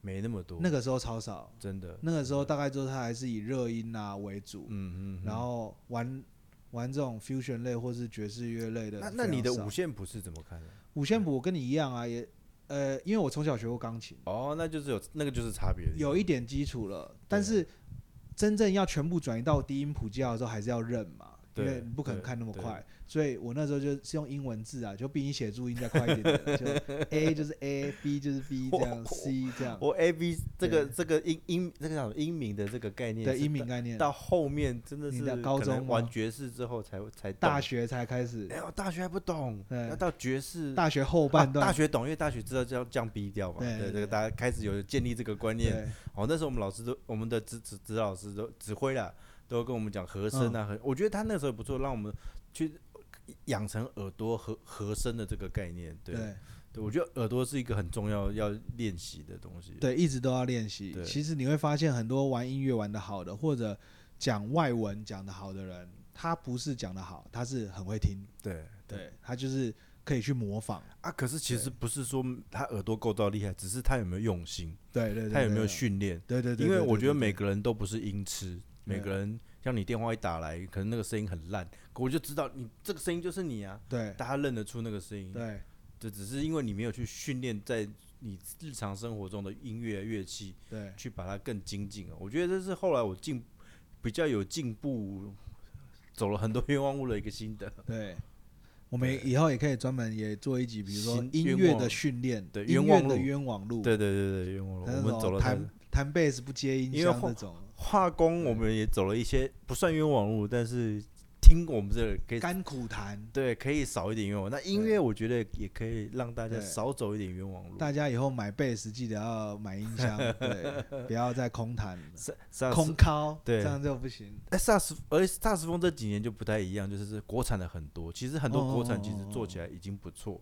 Speaker 2: 没那么多，
Speaker 1: 那个时候超少，
Speaker 2: 真的，
Speaker 1: 那个时候大概就是他还是以热音啊为主，
Speaker 2: 嗯嗯嗯，
Speaker 1: 然后玩玩这种 fusion 类或是爵士乐类的非
Speaker 2: 那
Speaker 1: 常少。
Speaker 2: 那你的五线谱是怎么看的？
Speaker 1: 五线谱我跟你一样啊，也呃，因为我从小学过钢琴，
Speaker 2: 哦，那就是有那个就是差别的地方，
Speaker 1: 有一点基础了，但是真正要全部转移到低音谱记号的时候，还是要认嘛，因
Speaker 2: 对
Speaker 1: 为你不可能
Speaker 2: 对
Speaker 1: 看那么
Speaker 2: 对
Speaker 1: 快。所以我那时候就是用英文字啊，就鼻音写注音再快一点
Speaker 2: *laughs*
Speaker 1: 点，就 A 就是 A，B 就是 B 这样
Speaker 2: 我
Speaker 1: ，C 这样
Speaker 2: 我 A B 这个这个音音这个叫什么音名的这个概念
Speaker 1: 的
Speaker 2: 是
Speaker 1: 音名
Speaker 2: 到
Speaker 1: 概念。
Speaker 2: 到后面真的
Speaker 1: 你
Speaker 2: 是
Speaker 1: 的高
Speaker 2: 可能
Speaker 1: 中吗
Speaker 2: 玩爵士之后才才懂
Speaker 1: 大，学才开始
Speaker 2: 没，有大学还不懂，
Speaker 1: 对
Speaker 2: 要到爵士
Speaker 1: 大学后
Speaker 2: 啊
Speaker 1: 半
Speaker 2: 大
Speaker 1: 段，
Speaker 2: 学懂，因为大学知道要降 B 调嘛，
Speaker 1: 对对
Speaker 2: 对这
Speaker 1: 对
Speaker 2: 个大家开始有建立这个观念，
Speaker 1: 对
Speaker 2: 哦，那时候我们老师都，我们的指指指导老师都指挥啦，都跟我们讲和声
Speaker 1: 嗯
Speaker 2: 啊，和、我觉得他那时候也不错，让我们去养成耳朵和和声的这个概念。对，
Speaker 1: 对
Speaker 2: 对我觉得耳朵是一个很重要要练习的东西。，
Speaker 1: 对，一直都要练习。
Speaker 2: 对
Speaker 1: 其实你会发现，很多玩音乐玩的好的，或者讲外文讲的好的人，他不是讲的好，他是很会听，
Speaker 2: 对，对
Speaker 1: 对他就是可以去模仿。
Speaker 2: 啊，可是其实不是说他耳朵构造厉害，只是他有没有用心，
Speaker 1: 对对对，
Speaker 2: 他有没有
Speaker 1: 对？
Speaker 2: 训练。
Speaker 1: 对对对，
Speaker 2: 因为
Speaker 1: 对
Speaker 2: 我
Speaker 1: 对
Speaker 2: 觉得
Speaker 1: 对
Speaker 2: 每个人都不是音痴，每个人像你电话一打来，可能那个声音很烂，可我就知道你这个声音就是你啊，
Speaker 1: 对
Speaker 2: 大家认得出那个声音。
Speaker 1: 对
Speaker 2: 这只是因为你没有去训练在你日常生活中的音乐乐器，
Speaker 1: 对
Speaker 2: 去把它更精进了。啊我觉得这是后来我进比较有进步，走了很多冤枉路的一个心得。
Speaker 1: 对，我们以后也可以专门也做一集，比如说
Speaker 2: 新
Speaker 1: 音
Speaker 2: 冤
Speaker 1: 乐
Speaker 2: 枉
Speaker 1: 的
Speaker 2: 路
Speaker 1: 训练，
Speaker 2: 对
Speaker 1: 音
Speaker 2: 冤
Speaker 1: 乐
Speaker 2: 枉
Speaker 1: 的
Speaker 2: 路
Speaker 1: 冤枉
Speaker 2: *laughs*
Speaker 1: 路，
Speaker 2: 对对对对，冤枉路，
Speaker 1: 那
Speaker 2: 我们
Speaker 1: 种
Speaker 2: 走了很
Speaker 1: 弹弹贝斯不接音
Speaker 2: 因为
Speaker 1: 箱
Speaker 2: 后
Speaker 1: 这种，
Speaker 2: 化工，我们也走了一些不算冤枉路，但是听我们这个可以
Speaker 1: 甘苦谈，
Speaker 2: 对可以少一点冤枉。那音乐我觉得也可以让大家
Speaker 1: 对
Speaker 2: 少走一点冤枉路。
Speaker 1: 大家以后买贝斯记得要买音
Speaker 2: *laughs*
Speaker 1: 箱，对，不要再空谈了，
Speaker 2: 萨萨斯
Speaker 1: 空敲，
Speaker 2: 对
Speaker 1: 这样就不行。
Speaker 2: 哎萨斯，而萨斯风这几年就不太一样，就是是国产的很多，其实很多国
Speaker 1: 哦
Speaker 2: 产
Speaker 1: 哦
Speaker 2: 其实
Speaker 1: 哦
Speaker 2: 做
Speaker 1: 哦
Speaker 2: 起来已经不错。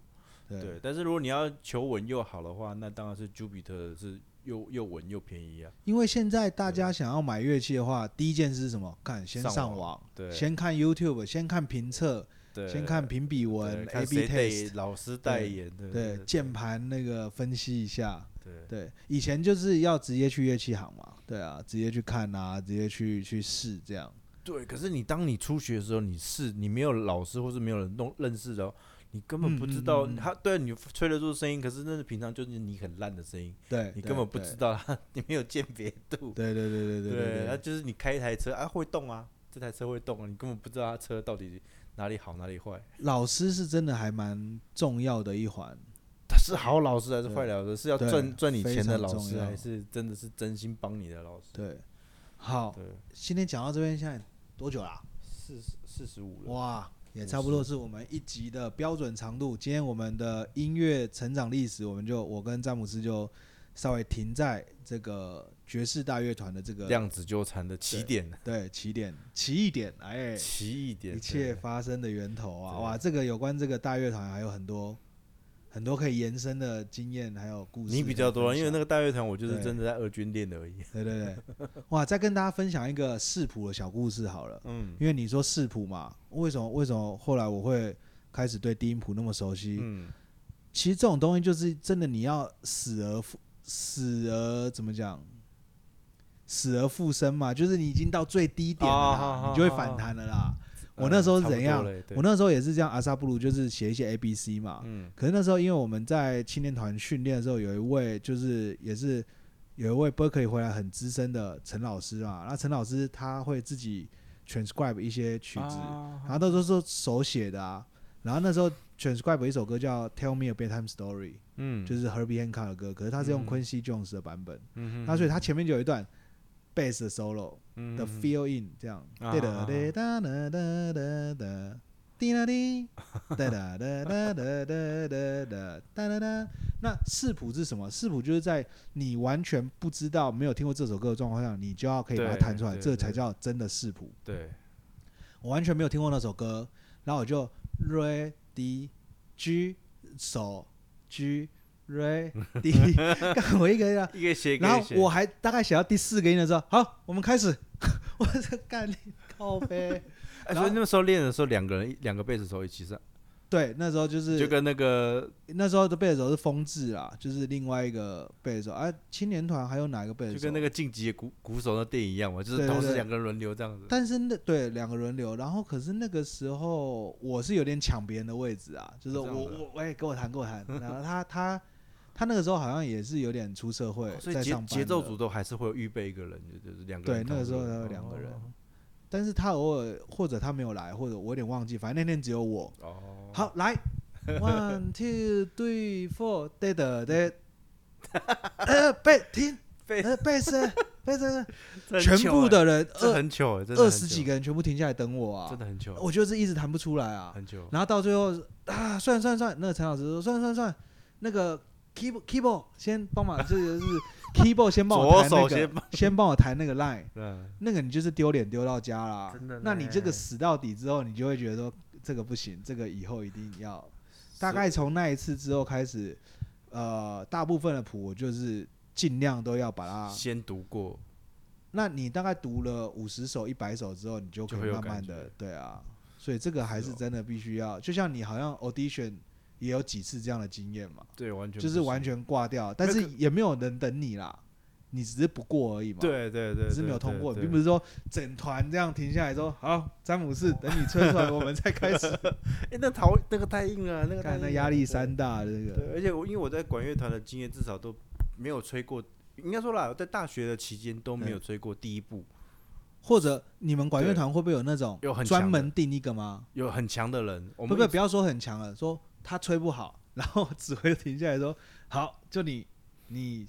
Speaker 2: 对
Speaker 1: 对，，
Speaker 2: 但是如果你要求稳又好的话，那当然是 Jupiter 是又又稳又便宜啊。
Speaker 1: 因为现在大家想要买乐器的话，第一件事是什么？看先
Speaker 2: 上
Speaker 1: 上
Speaker 2: 网
Speaker 1: 网，
Speaker 2: 对，
Speaker 1: 先看 YouTube，先看评测，
Speaker 2: 对
Speaker 1: 先看评比
Speaker 2: 对
Speaker 1: 文
Speaker 2: 看
Speaker 1: ，A/B
Speaker 2: 谁对
Speaker 1: test，
Speaker 2: 老师代言，对
Speaker 1: 对，键盘那个分析一下。
Speaker 2: 对
Speaker 1: 对，以前就是要直接去乐器行嘛，对啊，直接去看啊，直接去去试这样。
Speaker 2: 对。可是你当你初学的时候，你是你没有老师或是没有人弄认识的哦，你根本不知道
Speaker 1: 嗯嗯嗯嗯
Speaker 2: 他对你吹得出声音，可是那是平常就是你很烂的声音，
Speaker 1: 对，
Speaker 2: 你
Speaker 1: 对
Speaker 2: 根本不
Speaker 1: 对
Speaker 2: 知道他，你没有鉴别度。
Speaker 1: 对对对对
Speaker 2: *laughs*
Speaker 1: 对
Speaker 2: 对，那
Speaker 1: 对，
Speaker 2: 就是你开一台车啊，会动啊，这台车会动啊，你根本不知道它车到底哪里好哪里坏。 *laughs*
Speaker 1: 老师是真的还蛮重要的一环。
Speaker 2: 他是好老师还是
Speaker 1: 对
Speaker 2: 坏老师？是要
Speaker 1: 对
Speaker 2: 赚赚你
Speaker 1: 非
Speaker 2: 钱的
Speaker 1: 常
Speaker 2: 老
Speaker 1: 重
Speaker 2: 师，
Speaker 1: 要
Speaker 2: 还是真的是真心帮你的老师？
Speaker 1: 对，好，
Speaker 2: 对，
Speaker 1: 今天讲到这边，现在多久啊啦？
Speaker 2: 四十四十五了。
Speaker 1: 哇，也差不多是我们一集的标准长度。今天我们的音乐成长历史，我们就我跟詹姆斯就稍微停在这个爵士大乐团的这个
Speaker 2: 量子纠缠的起点，
Speaker 1: 对起点起一点，哎，
Speaker 2: 奇异点，
Speaker 1: 一切
Speaker 2: 对
Speaker 1: 发生的源头啊！
Speaker 2: 对
Speaker 1: 哇，这个有关这个大乐团还有很多很多可以延伸的经验，还有故事。
Speaker 2: 你比较多，啊因为那
Speaker 1: 个
Speaker 2: 个大乐团，我就是
Speaker 1: 对
Speaker 2: 真的在二军练的而已。
Speaker 1: 对对对，
Speaker 2: *laughs*
Speaker 1: 哇！再跟大家分享一个视谱的小故事好了，
Speaker 2: 嗯
Speaker 1: 因为你说视谱嘛，为什么为什么后来我会开始对低音谱那么熟悉？
Speaker 2: *laughs* 嗯，
Speaker 1: 其实这种东西就是真的，你要死而复死而怎么讲？死而复生嘛，就是你已经到最低点了啦，
Speaker 2: 哦好好
Speaker 1: 你就会
Speaker 2: 好
Speaker 1: 反
Speaker 2: 好
Speaker 1: 弹了啦。我那时候
Speaker 2: 嗯差
Speaker 1: 是
Speaker 2: 不
Speaker 1: 怎
Speaker 2: 多
Speaker 1: 样
Speaker 2: 嘞？啊对
Speaker 1: 我那时候也是这样，阿萨布鲁就是写一些 A B C 嘛。
Speaker 2: 嗯
Speaker 1: 可是那时候因为我们在青年团训练的时候，有一位就是也是有一位 Berkeley 回来很资深的陈老师嘛，那陈老师他会自己 transcribe 一些曲子，
Speaker 2: 啊
Speaker 1: 然后那时候是手写的啊。然后那时候 transcribe 一首歌叫《Tell Me a Bedtime Story》，
Speaker 2: 嗯，
Speaker 1: 就是 Herbie Hancock 的歌，可是他是用
Speaker 2: 嗯
Speaker 1: Quincy Jones 的版本，
Speaker 2: 嗯
Speaker 1: 那所以他前面就有一段 bass 的 solo，
Speaker 2: 嗯
Speaker 1: 的 feel in 这样，
Speaker 2: 啊
Speaker 1: 对
Speaker 2: 啊
Speaker 1: 的，
Speaker 2: 啊
Speaker 1: 对哒哒哒哒哒，滴啦滴，哒哒哒哒哒哒哒哒哒哒哒。那视谱是什么？视谱就是在你完全不知道、没有听过这首歌的状况下，你就要可以把它
Speaker 2: 对
Speaker 1: 弹出来，
Speaker 2: 对
Speaker 1: 这
Speaker 2: 对
Speaker 1: 才叫真的视谱。
Speaker 2: 对
Speaker 1: 我完全没有听过那首歌，然后我就 re d g 手 g re d，干 *laughs* 我一个呀。
Speaker 2: 一个写，一个
Speaker 1: 然后
Speaker 2: 写
Speaker 1: 我还大概写到第四个音的时候，好，我们开始。 *laughs* 我在干你靠呗。
Speaker 2: 哎
Speaker 1: 然后
Speaker 2: 所以那时候练的时候，两个人两个贝斯手一起上，
Speaker 1: 对，那时候就是
Speaker 2: 就跟那个
Speaker 1: 那时候的贝斯手是风志啦，就是另外一个贝斯手。啊，青年团还有哪一个贝斯手？啊
Speaker 2: 就跟那个晋级的鼓鼓手那电影一样嘛，就
Speaker 1: 对
Speaker 2: 是
Speaker 1: 对
Speaker 2: 都
Speaker 1: 对
Speaker 2: 是两个人轮流这样子。
Speaker 1: 但是那对两个轮流，然后可是那个时候我是有点抢别人的位置啊，就是
Speaker 2: 哦这
Speaker 1: 我
Speaker 2: 样子啊
Speaker 1: 我喂、给我弹给我弹， *laughs* 然后他他他那个时候好像也是有点出社会，
Speaker 2: 哦所以
Speaker 1: 在
Speaker 2: 节
Speaker 1: 上班
Speaker 2: 节奏
Speaker 1: 的
Speaker 2: 组都还是会有预备一个人，就就是两个
Speaker 1: 对
Speaker 2: 人
Speaker 1: 那
Speaker 2: 同
Speaker 1: 个
Speaker 2: 时
Speaker 1: 时候
Speaker 2: 轮流。
Speaker 1: 还有两个人
Speaker 2: 哦
Speaker 1: 但是他偶尔或者他没有来，或者我有点忘记，反正那天只有我。
Speaker 2: 哦，
Speaker 1: 好，来，one two three four，对的
Speaker 2: *laughs*
Speaker 1: 对。呃，贝听，
Speaker 2: 贝
Speaker 1: 呃贝
Speaker 2: *laughs*
Speaker 1: 斯，贝斯，
Speaker 2: 这很
Speaker 1: 全
Speaker 2: 糗
Speaker 1: 部
Speaker 2: 欸
Speaker 1: 的人
Speaker 2: 这
Speaker 1: 二
Speaker 2: 很糗欸，真的
Speaker 1: 二
Speaker 2: 很
Speaker 1: 十
Speaker 2: 糗
Speaker 1: 几个人全部停下来等我啊
Speaker 2: 真，的很糗，
Speaker 1: 我就是一直弹不出来啊。
Speaker 2: 很糗。
Speaker 1: 然后到最后啊，算了算了算了，那个陈老师说算了算了算了，那个 keyboard keyboard 先帮忙，这个是
Speaker 2: *laughs*
Speaker 1: keyboard 先帮我
Speaker 2: 左
Speaker 1: 弹那
Speaker 2: 手先
Speaker 1: 个， *laughs* 先帮我弹那个 line。
Speaker 2: 嗯，
Speaker 1: 那个你就是丢脸丢到家啦。
Speaker 2: 真的
Speaker 1: 那你这个
Speaker 2: 呢
Speaker 1: 死到底之后，你就会觉得说这个不行，这个以后一定要。大概从那一次之后开始，呃，大部分的谱我就是尽量都要把它。
Speaker 2: 先读过，
Speaker 1: 那你大概读了五十首、一百首之后，你就
Speaker 2: 就
Speaker 1: 可
Speaker 2: 会
Speaker 1: 以
Speaker 2: 有
Speaker 1: 慢慢
Speaker 2: 感
Speaker 1: 的
Speaker 2: 觉，
Speaker 1: 对啊。所以这个还
Speaker 2: 是
Speaker 1: 是
Speaker 2: 哦
Speaker 1: 真的必须要，就像你好像 audition 也有几次这样的经验嘛，
Speaker 2: 对，完全
Speaker 1: 就是
Speaker 2: 不行
Speaker 1: 完。全挂掉，但
Speaker 2: 那
Speaker 1: 是
Speaker 2: 个
Speaker 1: 也没有人等你啦，你只是不过而已嘛。
Speaker 2: 对对对，
Speaker 1: 只是
Speaker 2: 对
Speaker 1: 没有通过，
Speaker 2: 对
Speaker 1: 并不是说整团这样停下来说好，詹姆士等你吹出来，我们再开始。
Speaker 2: 对哎，那头那个太硬了，那个太
Speaker 1: 看那
Speaker 2: 硬
Speaker 1: 压
Speaker 2: 了
Speaker 1: 力
Speaker 2: 对
Speaker 1: 山大，这个
Speaker 2: 对，而且我因为我在管乐团的经验至少都没有吹过，应该说啦，在大学的期间都没有吹过第一部，
Speaker 1: 或者你们管乐团会不会有那种
Speaker 2: 有很强的
Speaker 1: 专门定一个吗？
Speaker 2: 有很强的人，我
Speaker 1: 会
Speaker 2: 们
Speaker 1: 不会
Speaker 2: 一
Speaker 1: 不要说很强了，说他吹不好，然后指挥停下来说好，就你你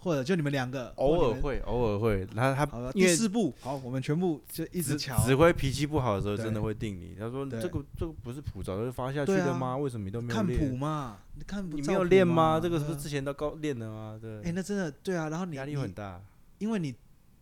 Speaker 1: 或者就你们两个
Speaker 2: 偶尔，会偶尔会，他
Speaker 1: 或你
Speaker 2: 他
Speaker 1: 们好，
Speaker 2: 因
Speaker 1: 第
Speaker 2: 为
Speaker 1: 四步好，我们全部就一直
Speaker 2: 指
Speaker 1: 瞧，啊
Speaker 2: 指挥脾气不好的时候，真
Speaker 1: 对
Speaker 2: 的会定你。他说
Speaker 1: 对
Speaker 2: 这个这个不是谱早就发下去
Speaker 1: 对
Speaker 2: 的
Speaker 1: 啊
Speaker 2: 吗？为什么你都没有
Speaker 1: 看谱
Speaker 2: 练？
Speaker 1: 嘛，你看
Speaker 2: 你
Speaker 1: 照
Speaker 2: 没有
Speaker 1: 谱
Speaker 2: 练
Speaker 1: 嘛
Speaker 2: 吗？这个是不
Speaker 1: 对
Speaker 2: 是
Speaker 1: 啊
Speaker 2: 之前都高练的吗？
Speaker 1: 哎、
Speaker 2: 对，
Speaker 1: 那真的对啊，然后你
Speaker 2: 压力
Speaker 1: 你
Speaker 2: 很大。
Speaker 1: 因为你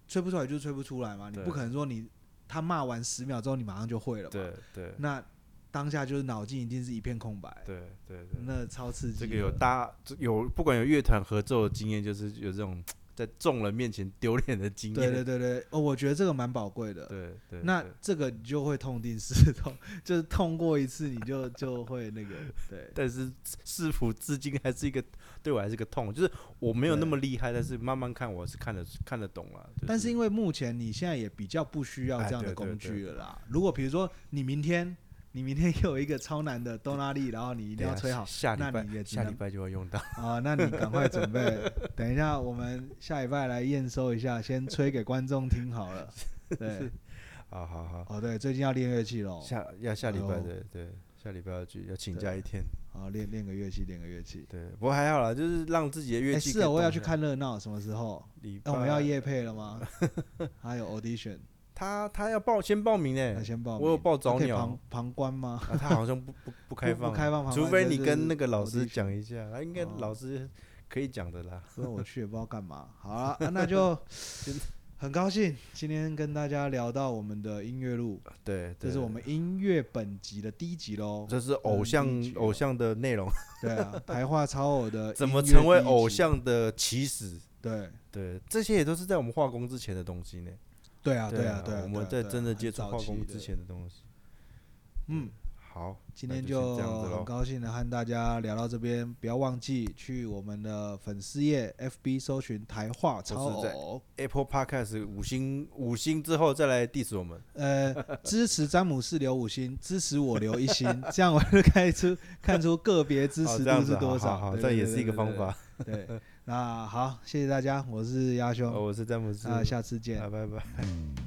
Speaker 1: 吹不出来就是吹不出来嘛，你
Speaker 2: 对
Speaker 1: 不可能说你他骂完十秒之后你马上就会了嘛。
Speaker 2: 对对
Speaker 1: 那当下就是脑筋一定是一片空白，
Speaker 2: 对对对，
Speaker 1: 那超刺激
Speaker 2: 这
Speaker 1: 的。
Speaker 2: 个有大有不管有乐团合奏的经验，就是有这种在众人面前丢脸的经
Speaker 1: 对
Speaker 2: 验。
Speaker 1: 对对对，哦，我觉得这个蛮宝贵的。
Speaker 2: 对对，
Speaker 1: 那
Speaker 2: 对
Speaker 1: 这个你就会痛定思痛， *laughs* 就是痛过一次你就就会那个对
Speaker 2: 但是市府至今还是一个对我还是个痛，就是我没有那
Speaker 1: 对
Speaker 2: 么厉害，但是慢慢看我是看得看得懂了。
Speaker 1: 嗯但是因
Speaker 2: 为
Speaker 1: 为目前你现在也比较不需要
Speaker 2: 哎
Speaker 1: 这样
Speaker 2: 对
Speaker 1: 的
Speaker 2: 对
Speaker 1: 工
Speaker 2: 对
Speaker 1: 具了啦。如果比如说你明天，你明天又有一个超难的哆啦利，然后你一
Speaker 2: 一
Speaker 1: 定要吹好，
Speaker 2: 下
Speaker 1: 那
Speaker 2: 礼拜
Speaker 1: 你也只
Speaker 2: 下礼
Speaker 1: 能
Speaker 2: 拜就会用到。 *laughs*
Speaker 1: 啊，那你赶快准备， *laughs* 等一下我们下礼拜来验收一下，先吹给观众听
Speaker 2: *laughs*
Speaker 1: 好了。对，
Speaker 2: 好好好，
Speaker 1: 哦对，最近要练乐器喽，
Speaker 2: 下要下礼
Speaker 1: 哎
Speaker 2: 拜
Speaker 1: 呦
Speaker 2: 对对，下礼拜要去要请
Speaker 1: 对
Speaker 2: 假一天。
Speaker 1: 好哦练练个乐器，练个乐器。
Speaker 2: 对，不过还好啦，就是让自己的乐
Speaker 1: 哎，
Speaker 2: 器可
Speaker 1: 是
Speaker 2: 以
Speaker 1: 啊，我也要
Speaker 2: 动
Speaker 1: 去
Speaker 2: 一下。
Speaker 1: 看热闹，什么时候？
Speaker 2: 礼拜
Speaker 1: 那我们要夜配
Speaker 2: *laughs*
Speaker 1: 了吗？还有 audition，
Speaker 2: 他他要报先报名
Speaker 1: 那
Speaker 2: 呢，
Speaker 1: 先报名。
Speaker 2: 哎我有报早
Speaker 1: 那可以
Speaker 2: 鸟
Speaker 1: 旁旁观吗？
Speaker 2: 啊他好像不不不 *laughs* 开
Speaker 1: 不
Speaker 2: 放，啊
Speaker 1: 开放旁
Speaker 2: 除
Speaker 1: 观
Speaker 2: 非
Speaker 1: 就
Speaker 2: 你
Speaker 1: 是
Speaker 2: 跟那个老师
Speaker 1: audition
Speaker 2: 讲一下，他应该
Speaker 1: 哦
Speaker 2: 老师可以讲的啦。
Speaker 1: 所以我去也不知道干嘛。好
Speaker 2: *laughs*
Speaker 1: 了、啊那就很高兴今天跟大家聊到我们的音乐路，
Speaker 2: 对，
Speaker 1: 这
Speaker 2: 啊对
Speaker 1: 是我们音乐本集的第一集喽。
Speaker 2: 这是偶像
Speaker 1: 嗯第一集哦
Speaker 2: 偶像的内容，
Speaker 1: 对啊，台化超偶的
Speaker 2: *laughs* 怎么
Speaker 1: 音乐
Speaker 2: 成为
Speaker 1: 第一集
Speaker 2: 偶？像的起始，
Speaker 1: 对
Speaker 2: 对，这些也都是在我们化工之前的东西呢。
Speaker 1: 对啊，
Speaker 2: 对
Speaker 1: 啊，对啊，
Speaker 2: 我们
Speaker 1: 对啊
Speaker 2: 在真的接触化，
Speaker 1: 对啊很
Speaker 2: 工
Speaker 1: 早期
Speaker 2: 之
Speaker 1: 的
Speaker 2: 前的东西。
Speaker 1: 嗯，
Speaker 2: 好，
Speaker 1: 今
Speaker 2: 那
Speaker 1: 天
Speaker 2: 就
Speaker 1: 就
Speaker 2: 先这样子
Speaker 1: 很
Speaker 2: 喽。
Speaker 1: 高兴的和大家聊到这边，不要忘记去我们的粉丝页 FB 搜寻台化超
Speaker 2: 或是在
Speaker 1: 偶，
Speaker 2: Apple Podcast 五星五星之后再来 diss 我们，
Speaker 1: 呃，支持詹姆士留五星，支持我留一星， *laughs* 这样我就看出看出个别支
Speaker 2: 哦
Speaker 1: 持
Speaker 2: 这样
Speaker 1: 度是
Speaker 2: 子
Speaker 1: 多
Speaker 2: 好
Speaker 1: 少。
Speaker 2: 好好，
Speaker 1: 对
Speaker 2: 这
Speaker 1: 对
Speaker 2: 也
Speaker 1: 对
Speaker 2: 是一个
Speaker 1: 对
Speaker 2: 方
Speaker 1: 对
Speaker 2: 法。
Speaker 1: 对，那好，谢谢大家，我是鸭兄，
Speaker 2: 哦我是詹姆斯，
Speaker 1: 那下次见
Speaker 2: 啊，。拜拜。